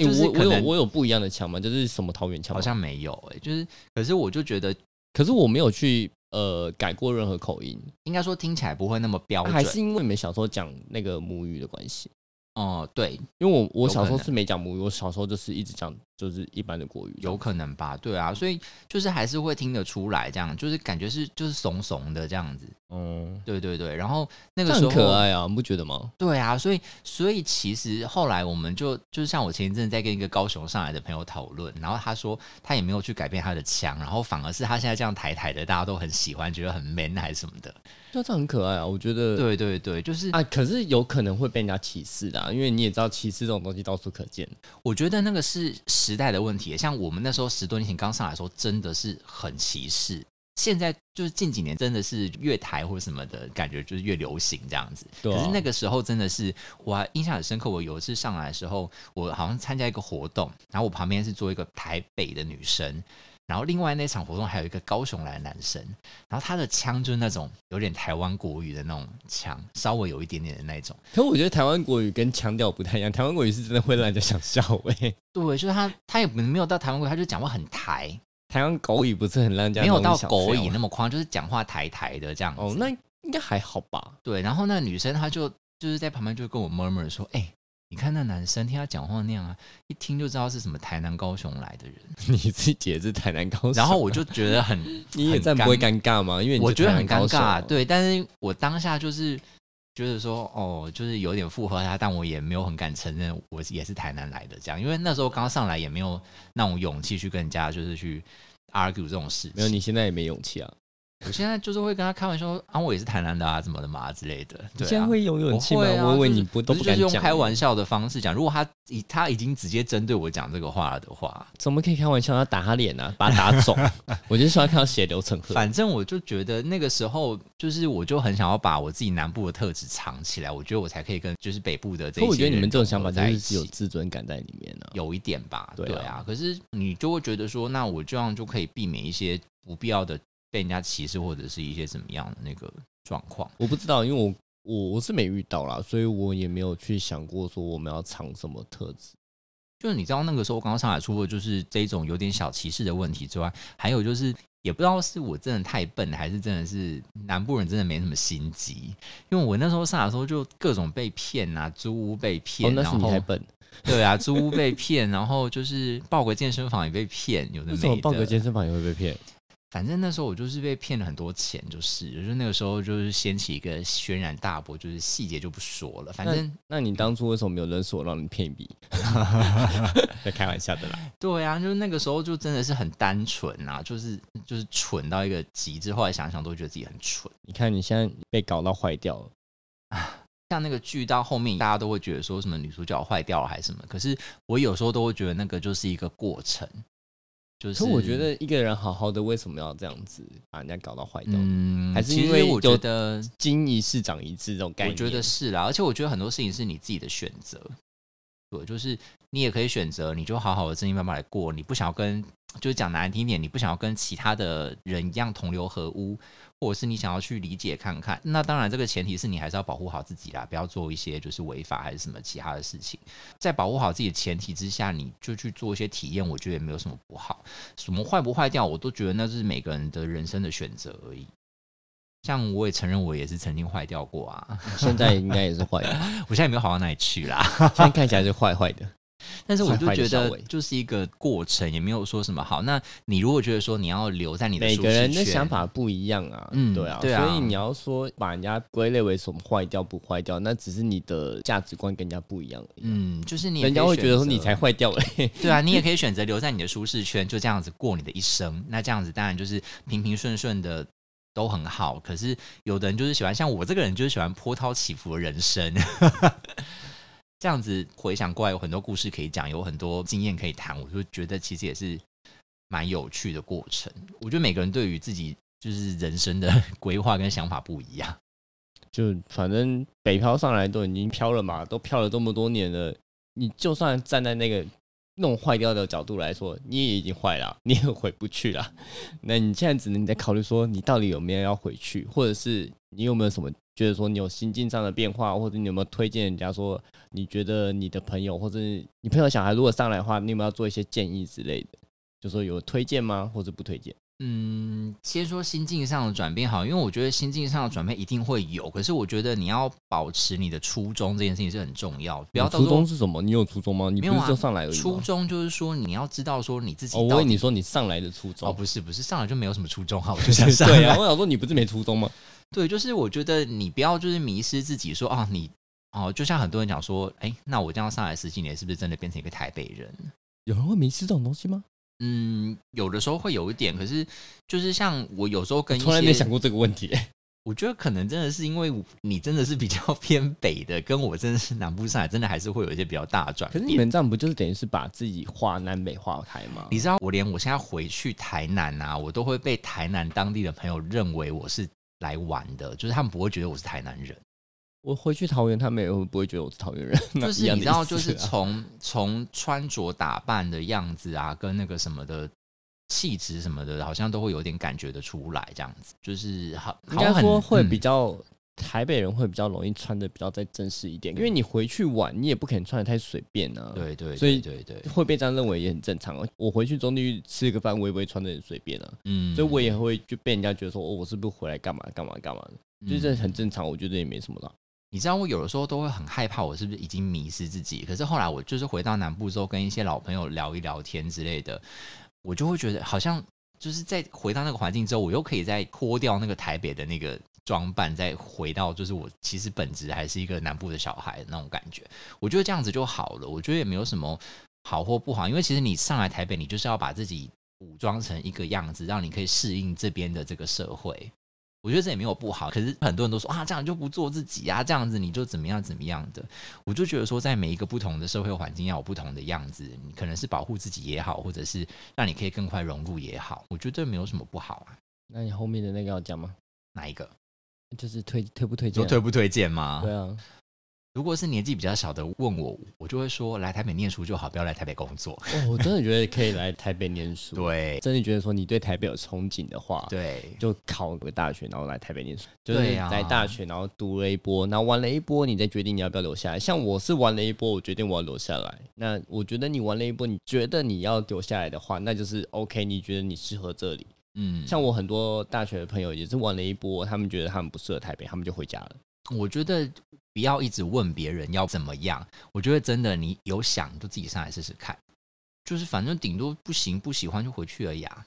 Speaker 1: 就是
Speaker 2: 我我
Speaker 1: 可能
Speaker 2: 有我有不一样的腔吗？就是什么桃园腔吗？
Speaker 1: 好像没有哎、就是，可是我就觉得
Speaker 2: 可是我没有去呃改过任何口音，
Speaker 1: 应该说听起来不会那么标准。
Speaker 2: 啊还是因为你们小时候讲那个母语的关系。
Speaker 1: 哦、对，
Speaker 2: 因为我我小
Speaker 1: 有
Speaker 2: 时
Speaker 1: 可
Speaker 2: 候
Speaker 1: 能
Speaker 2: 是没讲母语，我小时候就是一直讲就是一般的国语。
Speaker 1: 有可能吧，对啊，所以就是还是会听得出来，这样就是感觉是就是怂怂的这样子，
Speaker 2: 嗯，
Speaker 1: 对对对。然后那个
Speaker 2: 这样
Speaker 1: 时
Speaker 2: 很
Speaker 1: 候，
Speaker 2: 可爱啊，你不觉得吗？
Speaker 1: 对啊，所以所以其实后来我们就就是像我前一阵在跟一个高雄上来的朋友讨论，然后他说他也没有去改变他的腔，然后反而是他现在这样抬抬的，大家都很喜欢，觉得很 man 还是什么的。
Speaker 2: 对啊，这样很可爱啊，我觉得。
Speaker 1: 对对对，就是
Speaker 2: 啊，可是有可能会被人家歧视的、啊，因为你也知道歧视这种东西到处可见。
Speaker 1: 我觉得那个是时代的问题，像我们那时候十多年前刚上来的时候，真的是很歧视。现在就是近几年真的是越台或什么的感觉，就是越流行这样子。
Speaker 2: 对啊
Speaker 1: 可是那个时候真的是，我还印象很深刻。我有一次上来的时候，我好像参加一个活动，然后我旁边是坐一个台北的女生，然后另外那场活动还有一个高雄来的男生，然后他的腔就是那种有点台湾国语的那种腔，稍微有一点点的那种。
Speaker 2: 可我觉得台湾国语跟腔调不太一样，台湾国语是真的会让人家想笑哎、
Speaker 1: 对，就是他，他也没有到台湾国语，他就讲话很台，
Speaker 2: 台湾狗语不是很让人家
Speaker 1: 没有
Speaker 2: 啊容易
Speaker 1: 到
Speaker 2: 想
Speaker 1: 狗
Speaker 2: 笑
Speaker 1: 语那么夸张，就是讲话台台的这样子。
Speaker 2: 哦，那应该还好吧？
Speaker 1: 对，然后那女生她就就是在旁边就跟我 murmur 说：“哎、你看那男生听他讲话那样啊，一听就知道是什么台南高雄来的人。
Speaker 2: 你自己也是台南高手，”啊
Speaker 1: 然后我就觉得很，
Speaker 2: 你也
Speaker 1: 很
Speaker 2: 在不
Speaker 1: 尴
Speaker 2: 会尴尬吗？因为你
Speaker 1: 我
Speaker 2: 是
Speaker 1: 觉得
Speaker 2: 台
Speaker 1: 很
Speaker 2: 南
Speaker 1: 尴
Speaker 2: 高哦手啊
Speaker 1: 尬，，对，但是我当下就是。觉得说哦，就是有点附和他，但我也没有很敢承认我也是台南来的这样，因为那时候刚上来也没有那种勇气去跟人家就是去 argue 这种事情。
Speaker 2: 没有你现在也没勇气啊，
Speaker 1: 我现在就是会跟他开玩笑说啊，我也是台南的啊，怎么的嘛之类的。对、啊，
Speaker 2: 现在会有勇气吗？
Speaker 1: 我会啊
Speaker 2: 我以为
Speaker 1: 就是
Speaker 2: 你不都
Speaker 1: 不是
Speaker 2: 敢
Speaker 1: 就是用
Speaker 2: 讲，
Speaker 1: 开玩笑的方式讲。如果他已他已经直接针对我讲这个话的话，
Speaker 2: 怎么可以开玩笑？要打他脸啊，把他打 肿。我就喜欢看到血流成河。
Speaker 1: 反正我就觉得那个时候就是我就很想要把我自己南部的特质藏起来，我觉得我才可以跟就是北部的这
Speaker 2: 可
Speaker 1: 些。
Speaker 2: 我觉得你们这种想法就
Speaker 1: 在一
Speaker 2: 是
Speaker 1: 起
Speaker 2: 有自尊感在里面啊。
Speaker 1: 有一点吧，
Speaker 2: 对
Speaker 1: 对
Speaker 2: 啊
Speaker 1: 啊可是你就会觉得说，那我这样就可以避免一些不必要的被人家歧视或者是一些怎么样的那个状况。
Speaker 2: 我不知道，因为我我我是没遇到啦，所以我也没有去想过说我们要藏什么特质。
Speaker 1: 就是你知道那个时候刚刚上海除了就是这种有点小歧视的问题之外，还有就是也不知道是我真的太笨，还是真的是南部人真的没什么心机。因为我那时候上海的时候就各种被骗啊，租屋被
Speaker 2: 哦，
Speaker 1: 骗，
Speaker 2: 那
Speaker 1: 然
Speaker 2: 是你太
Speaker 1: 后
Speaker 2: 笨，
Speaker 1: 对啊，租屋被骗，然后就是报个健身房也被骗，有的
Speaker 2: 为什么
Speaker 1: 没
Speaker 2: 报个
Speaker 1: 的。
Speaker 2: 健身房也会被骗？
Speaker 1: 反正那时候我就是被骗了很多钱，就是就是那个时候就是掀起一个轩然大波，就是细节就不说了，反正
Speaker 2: 那你当初为什么没有认识我，让你骗一笔？在 开玩笑的啦。
Speaker 1: 对啊，就是那个时候就真的是很单纯啊，就是就是蠢到一个极致。后来想想都觉得自己很蠢。
Speaker 2: 你看你现在被搞到坏掉了，
Speaker 1: 像那个剧到后面，大家都会觉得说什么女主角坏掉了还是什么，可是我有时候都会觉得那个就是一个过程，就是。
Speaker 2: 可我觉，得一个人好好的，为什么要这样子把人家搞到坏掉？
Speaker 1: 嗯，
Speaker 2: 还是
Speaker 1: 其
Speaker 2: 因
Speaker 1: 实
Speaker 2: 为
Speaker 1: 我
Speaker 2: 有
Speaker 1: 觉得，
Speaker 2: 经一事长一智这种概
Speaker 1: 我
Speaker 2: 念，
Speaker 1: 觉得是啦，而且我觉得很多事情是你自己的选择，对，就是你也可以选择，你就好好的正经八百过，你不想要跟，就是讲难听一点，你不想要跟其他的人一样同流合污，或者是你想要去理解看看。那当然，这个前提是你还是要保护好自己啦，不要做一些就是违法还是什么其他的事情。在保护好自己的前提之下，你就去做一些体验，我觉得也没有什么不好。什么坏不坏掉，我都觉得那是每个人的人生的选择而已。像我也承认，我也是曾经坏掉过啊。
Speaker 2: 现在应该也是坏的，
Speaker 1: 我现在也没有好到哪里去啦，
Speaker 2: 现在看起来是坏坏的。
Speaker 1: 但是我就觉
Speaker 2: 坏坏的小
Speaker 1: 得
Speaker 2: 伟
Speaker 1: 就是一个过程，也没有说什么好。那你如果觉得说你要留在你的
Speaker 2: 每
Speaker 1: 舒
Speaker 2: 个人
Speaker 1: 适
Speaker 2: 的
Speaker 1: 圈
Speaker 2: 想，法不一样啊，
Speaker 1: 嗯
Speaker 2: 对啊，
Speaker 1: 对啊
Speaker 2: 所以你要说把人家归类为什么坏掉不坏掉，那只是你的价值观跟人家不一样而已。啊
Speaker 1: 嗯，就是你也
Speaker 2: 人家
Speaker 1: 可以
Speaker 2: 会觉得说
Speaker 1: 选择
Speaker 2: 你才坏掉嘞、
Speaker 1: 对啊，你也可以选择留在你的舒适圈，就这样子过你的一生。那这样子当然就是平平顺顺的。都很好，可是有的人就是喜欢像我这个人，就是喜欢波涛起伏的人生。 这样子回想过来，有很多故事可以讲，有很多经验可以谈，我就觉得其实也是蛮有趣的过程。我觉得每个人对于自己就是人生的 规划跟想法不一样。
Speaker 2: 就反正北漂上来都已经漂了嘛，都漂了这么多年了，你就算站在那个弄坏掉的角度来说，你也已经坏了， 你也回不去了。那你现在只能在考虑说，你到底有没有要回去，或者是你有没有什么觉得说你有心境上的变化，或者你有没有推荐人家说，你觉得你的朋友或者是你朋友小孩如果上来的话，你有没有要做一些建议之类的？就说有推荐吗，或者不推荐？
Speaker 1: 嗯，先说心境上的转变好，因为我觉得心境上的转变一定会有，可是我觉得你要保持你的初衷这件事情是很重要，不要到
Speaker 2: 初
Speaker 1: 时候
Speaker 2: 衷是什么？你有初衷吗？你
Speaker 1: 没
Speaker 2: 不
Speaker 1: 有啊
Speaker 2: 是就上来而已
Speaker 1: 初
Speaker 2: 吗？
Speaker 1: 衷就是说你要知道说你自己
Speaker 2: 哦，我
Speaker 1: 到
Speaker 2: 问
Speaker 1: 底
Speaker 2: 你说你上来的初衷
Speaker 1: 哦，不是不是上来就没有什么初衷哈， 我就想上
Speaker 2: 对啊，
Speaker 1: 来
Speaker 2: 我想说你不是没初衷吗？
Speaker 1: 对，就是我觉得你不要就是迷失自己说啊你。哦，就像很多人讲说，哎、那我这样上来十几年，是不是真的变成一个台北人？
Speaker 2: 有人会迷失这种东西吗？
Speaker 1: 嗯，有的时候会有一点，可是就是像我有时候跟一些
Speaker 2: 从来没想过这个问题、
Speaker 1: 我觉得可能真的是因为你真的是比较 偏北的，跟我真的是南部上来，真的还是会有一些比较大的转
Speaker 2: 可
Speaker 1: 变。
Speaker 2: 是你们这样不就是等于是把自己画南北画开 吗？
Speaker 1: 你知道，我连我现在回去台南啊，我都会被台南当地的朋友认为我是来玩的，就是他们不会觉得我是台南人。
Speaker 2: 我回去桃园，他们也会不会觉得我是桃 园人？那
Speaker 1: 就是
Speaker 2: 一样
Speaker 1: 你
Speaker 2: 的
Speaker 1: 知道，
Speaker 2: 意思
Speaker 1: 就是
Speaker 2: 啊
Speaker 1: 从从穿着打扮的样子啊，跟那个什么的气质什么的，好像都会有点感觉得出来，这样子就是好，
Speaker 2: 应
Speaker 1: 好
Speaker 2: 该
Speaker 1: 像嗯
Speaker 2: 说会比较。台北人会比较容易穿的比较再正式一点，因为你回去玩，你也不可能穿的太随便啊。，
Speaker 1: 对对，
Speaker 2: 所以
Speaker 1: 对对，对
Speaker 2: 会被这样认为也很正常啊。我回去中地吃个饭，我也不会穿的很随便啊，
Speaker 1: 嗯，
Speaker 2: 所以我也会就被人家觉得说，哦，我是不是回来干嘛干嘛干嘛的，就
Speaker 1: 嗯
Speaker 2: 是很正常，我觉得也没什么啦。
Speaker 1: 你知道我有的时候都会很害怕，我是不是已经迷失自己？可是后来我就是回到南部之后，跟一些老朋友聊一聊天之类的，我就会觉得好像就是在回到那个环境之后，我又可以再脱掉那个台北的那个装扮，再回到就是我其实本质还是一个南部的小孩那种感觉。我觉得这样子就好了，我觉得也没有什么好或不好，因为其实你上来台北，你就是要把自己武装成一个样子，让你可以适应这边的这个社会。我觉得这也没有不好，可是很多人都说啊，这样就不做自己啊，这样子你就怎么样怎么样的。我就觉得说，在每一个不同的社会环境要有不同的样子，你可能是保护自己也好，或者是让你可以更快融入也好，我觉得没有什么不好啊。
Speaker 2: 那你后面的那个要讲吗？
Speaker 1: 哪一个？
Speaker 2: 就是推推不推
Speaker 1: 你说
Speaker 2: 荐、
Speaker 1: 推不推荐吗？
Speaker 2: 对啊，
Speaker 1: 如果是年纪比较小的问我，我就会说来台北念书就好，不要来台北工作。
Speaker 2: 哦，我真的觉得可以来台北念书。，
Speaker 1: 对
Speaker 2: 真的觉得说你对台北有憧憬的话，，
Speaker 1: 对
Speaker 2: 就考个大学，然后来台北念书，就是
Speaker 1: 对啊
Speaker 2: 来大学，然后读了一波，然后玩了一波，你再决定你要不要留下来。像我是玩了一波，我决定我要留下来。那我觉得你玩了一波，你觉得你要留下来的话，那就是 OK，你觉得你适合这里。
Speaker 1: 嗯，
Speaker 2: 像我很多大学的朋友也是玩了一波，他们觉得他们不适合台北，他们就回家了。
Speaker 1: 我觉得不要一直问别人要怎么样，我觉得真的你有想就自己上来试试看，就是反正顶多不行不喜欢就回去而已啊。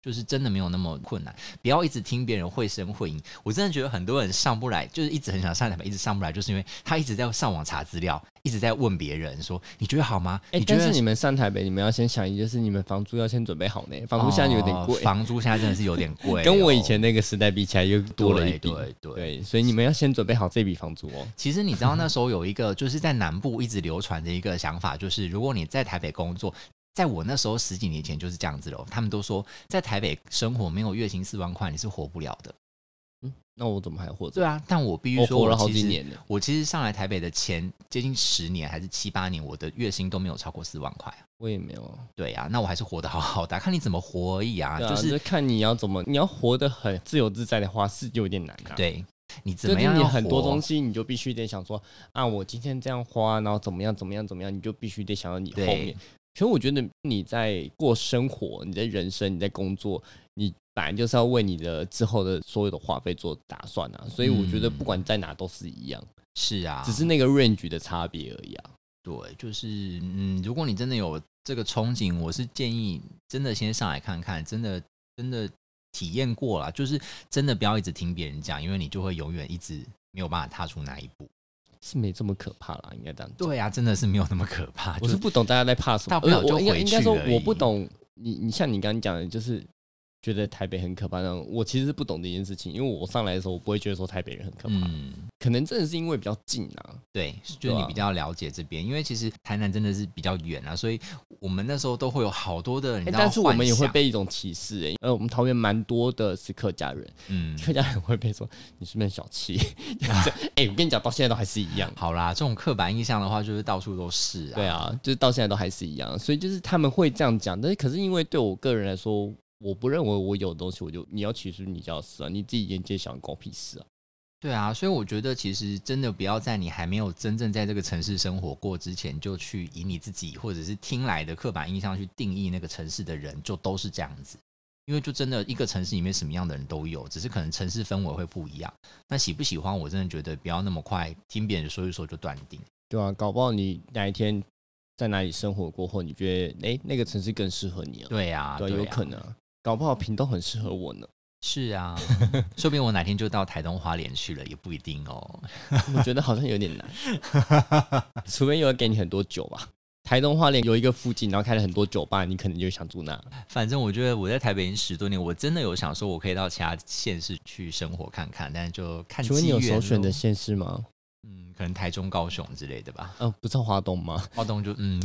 Speaker 1: 就是真的没有那么困难，不要一直听别人会声会影。我真的觉得很多人上不来，就是一直很想上台北，一直上不来，就是因为他一直在上网查资料，一直在问别人说你觉得好吗？
Speaker 2: 哎、
Speaker 1: 你觉
Speaker 2: 但
Speaker 1: 得
Speaker 2: 是你们上台北，你们要先想一件事，你们房租要先准备好呢，房租现在有点
Speaker 1: 哦
Speaker 2: 贵，
Speaker 1: 房租现在真的是有点贵哦、
Speaker 2: 跟我以前那个时代比起来又多了一笔。
Speaker 1: 对对对
Speaker 2: 对，所以你们要先准备好这笔房租哦。
Speaker 1: 其实你知道那时候有一个就是在南部一直流传的一个想法，就是如果你在台北工作，在我那时候十几年前就是这样子了。哦他们都说在台北生活没有月薪四万块你是活不了的。
Speaker 2: 那我怎么还活着？
Speaker 1: 对啊，但我必须
Speaker 2: 我
Speaker 1: 说，
Speaker 2: 活了好
Speaker 1: 其
Speaker 2: 几
Speaker 1: 实。
Speaker 2: 年了。
Speaker 1: 我其实上来台北的前接近十年还是七八年，我的月薪都没有超过四万块。啊
Speaker 2: 我也没有。
Speaker 1: 对啊，那我还是活得好好的啊、看你怎么活而已啊。
Speaker 2: 对啊，
Speaker 1: 就
Speaker 2: 就是是看你要怎么，你要活得很自由自在的话，是有点难啊。，
Speaker 1: 对你怎
Speaker 2: 就
Speaker 1: 么
Speaker 2: 是
Speaker 1: 样
Speaker 2: 你
Speaker 1: 要
Speaker 2: 很多
Speaker 1: 活
Speaker 2: 东西，你就必须得想说啊，我今天这样花，然后怎么样怎么样怎么样，你就必须得想到你后
Speaker 1: 对
Speaker 2: 面。其实我觉得你在过生活，你在人生，你在工作，你本来就是要为你的之后的所有的花费做打算啊。所以我觉得
Speaker 1: 嗯
Speaker 2: 不管在哪都是一样，
Speaker 1: 是啊，
Speaker 2: 只是那个 range 的差别而已啊。
Speaker 1: 对，就是嗯，如果你真的有这个憧憬，我是建议真的先上来看看，真的真的体验过了，就是真的不要一直听别人讲，因为你就会永远一直没有办法踏出那一步。
Speaker 2: 是没这么可怕啦，应该这样讲。
Speaker 1: 对啊，真的是没有那么可怕。
Speaker 2: 我
Speaker 1: 就是
Speaker 2: 不懂大家在怕什么，
Speaker 1: 大不了
Speaker 2: 而且
Speaker 1: 就
Speaker 2: 我应该
Speaker 1: 回
Speaker 2: 应
Speaker 1: 去
Speaker 2: 该说
Speaker 1: 而
Speaker 2: 我不
Speaker 1: 已
Speaker 2: 懂你，你像你刚刚讲的，就是觉得台北很可怕那种。我其实是不懂这件事情，因为我上来的时候，我不会觉得说台北人很可怕，
Speaker 1: 嗯，
Speaker 2: 可能真的是因为比较近啊。
Speaker 1: 对，就是
Speaker 2: 对
Speaker 1: 你
Speaker 2: 啊
Speaker 1: 比较了解这边，因为其实台南真的是比较远啊，所以我们那时候都会有好多的，你
Speaker 2: 哎、
Speaker 1: 知道、
Speaker 2: 但是我们也会，被一种歧视、哎，呃，我们桃园蛮多的是客家人，
Speaker 1: 嗯，
Speaker 2: 客家人会被说你是不是很小气？ 就是哎、我跟你讲，到现在都还是一样。
Speaker 1: 好啦，这种刻板印象的话，就是到处都是啊。
Speaker 2: 对啊，就是到现在都还是一样，所以就是他们会这样讲，但是可是因为对我个人来说，我不认为我有东西，我就你要歧视你就要死啊，你自己眼界小，你关我屁事啊。
Speaker 1: 对啊，所以我觉得其实真的不要在你还没有真正在这个城市生活过之前，就去以你自己或者是听来的刻板印象去定义那个城市的人，就都是这样子。因为就真的一个城市里面什么样的人都有，只是可能城市氛围会不一样。那喜不喜欢，我真的觉得不要那么快听别人说一说就断定。
Speaker 2: 对啊，搞不好你哪一天在哪里生活过后，你觉得哎、那个城市更适合你啊，
Speaker 1: 对啊，
Speaker 2: 对啊，有可能啊、搞不好屏东很适合我呢。
Speaker 1: 是啊，说不定我哪天就到台东花莲去了，也不一定哦。
Speaker 2: 我觉得好像有点难， 除非有人给你很多酒吧。台东花莲有一个附近，然后开了很多酒吧，你可能就想住那。
Speaker 1: 反正我觉得我在台北已经十多年，我真的有想说我可以到其他县市去生活看看，但是就看
Speaker 2: 请问你有
Speaker 1: 机缘
Speaker 2: 首选的
Speaker 1: 咯
Speaker 2: 县市吗？
Speaker 1: 嗯，可能台中、高雄之类的吧。
Speaker 2: 嗯、不是华东吗？
Speaker 1: 花东就 嗯，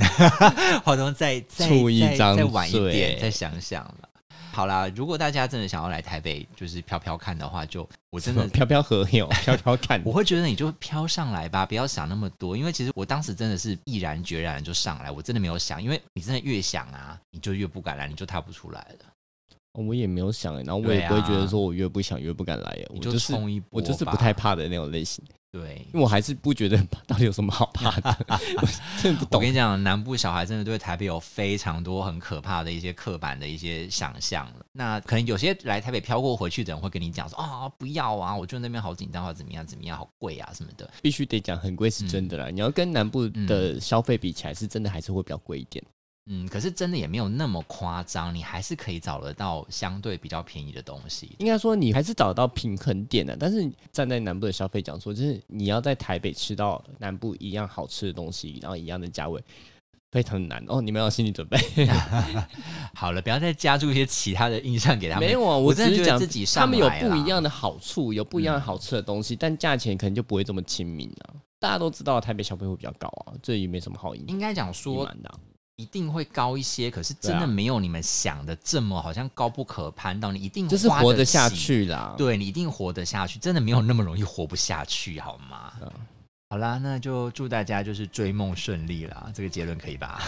Speaker 1: 花东再再
Speaker 2: 出一
Speaker 1: 再
Speaker 2: 张
Speaker 1: 再晚一
Speaker 2: 嘴
Speaker 1: 点，再想想了。好啦，如果大家真的想要来台北，就是飘飘看的话，就我真的
Speaker 2: 飘飘河 有飘飘看
Speaker 1: 我会觉得你就飘上来吧，不要想那么多，因为其实我当时真的是毅然决然就上来，我真的没有想，因为你真的越想啊，你就越不敢来，你就踏不出来了，
Speaker 2: 我也没有想欸，然后我也
Speaker 1: 对啊
Speaker 2: 不会觉得说我越不想越不敢来欸，我
Speaker 1: 你
Speaker 2: 就是
Speaker 1: 冲一波
Speaker 2: 我就是不
Speaker 1: 吧
Speaker 2: 太怕的那种类型，
Speaker 1: 对。
Speaker 2: 因为我还是不觉得到底有什么好怕 的，我真的不
Speaker 1: 我
Speaker 2: 懂
Speaker 1: 跟。你讲，南部小孩真的对台北有非常多很可怕的一些刻板的一些想象了。那可能有些来台北漂过回去的人会跟你讲说啊、不要啊，我觉得那边好紧张啊，怎么样怎么样，好贵啊什么的。
Speaker 2: 必须得讲很贵是真的
Speaker 1: 嗯
Speaker 2: 啦，你要跟南部的消费比起来，是真的还是会比较贵一点。
Speaker 1: 嗯，可是真的也没有那么夸张，你还是可以找得到相对比较便宜的东西。
Speaker 2: 应该说你还是找到平衡点啊的，但是站在南部的消费讲说，就是你要在台北吃到南部一样好吃的东西，然后一样的价位，非常难哦。你们要有心理准备。
Speaker 1: 好了，不要再加注一些其他的印象给他们。
Speaker 2: 没有啊，
Speaker 1: 我
Speaker 2: 只
Speaker 1: 真的
Speaker 2: 是
Speaker 1: 觉得
Speaker 2: 讲
Speaker 1: 自己
Speaker 2: 他
Speaker 1: 上
Speaker 2: 们有
Speaker 1: 来
Speaker 2: 不
Speaker 1: 啦
Speaker 2: 一样的好处，有不一样的好吃的东西，但价钱可能就不会这么亲民啊。大家都知道台北消费会比较高啊，这也没什么好隐
Speaker 1: 应该讲
Speaker 2: 隐
Speaker 1: 说
Speaker 2: 瞒的啊、
Speaker 1: 一定会高一些，可是真
Speaker 2: 对啊
Speaker 1: 的没有你们想的这么好像高不可攀到你一定
Speaker 2: 就是
Speaker 1: 花
Speaker 2: 活
Speaker 1: 得
Speaker 2: 得下
Speaker 1: 起
Speaker 2: 去啦。
Speaker 1: 对你一定活得下去，真的没有那么容易活不下去，好吗？
Speaker 2: 嗯
Speaker 1: 好啦，那就祝大家就是追梦顺利啦，这个结论可以吧？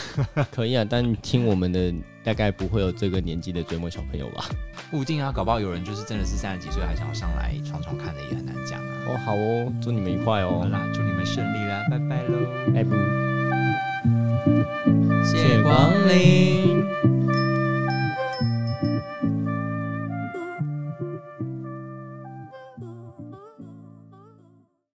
Speaker 2: 可以啊，但听我们的大概不会有这个年纪的追梦小朋友吧？
Speaker 1: 不一定啊，搞不好有人就是真的是三十几岁还想要上来闯闯看的，也很难讲啊。
Speaker 2: 哦，好哦，祝你们愉快
Speaker 1: 好
Speaker 2: 哦，
Speaker 1: 啦，祝你们顺利啦，拜拜喽！
Speaker 2: 拜拜。
Speaker 1: 谢谢光临。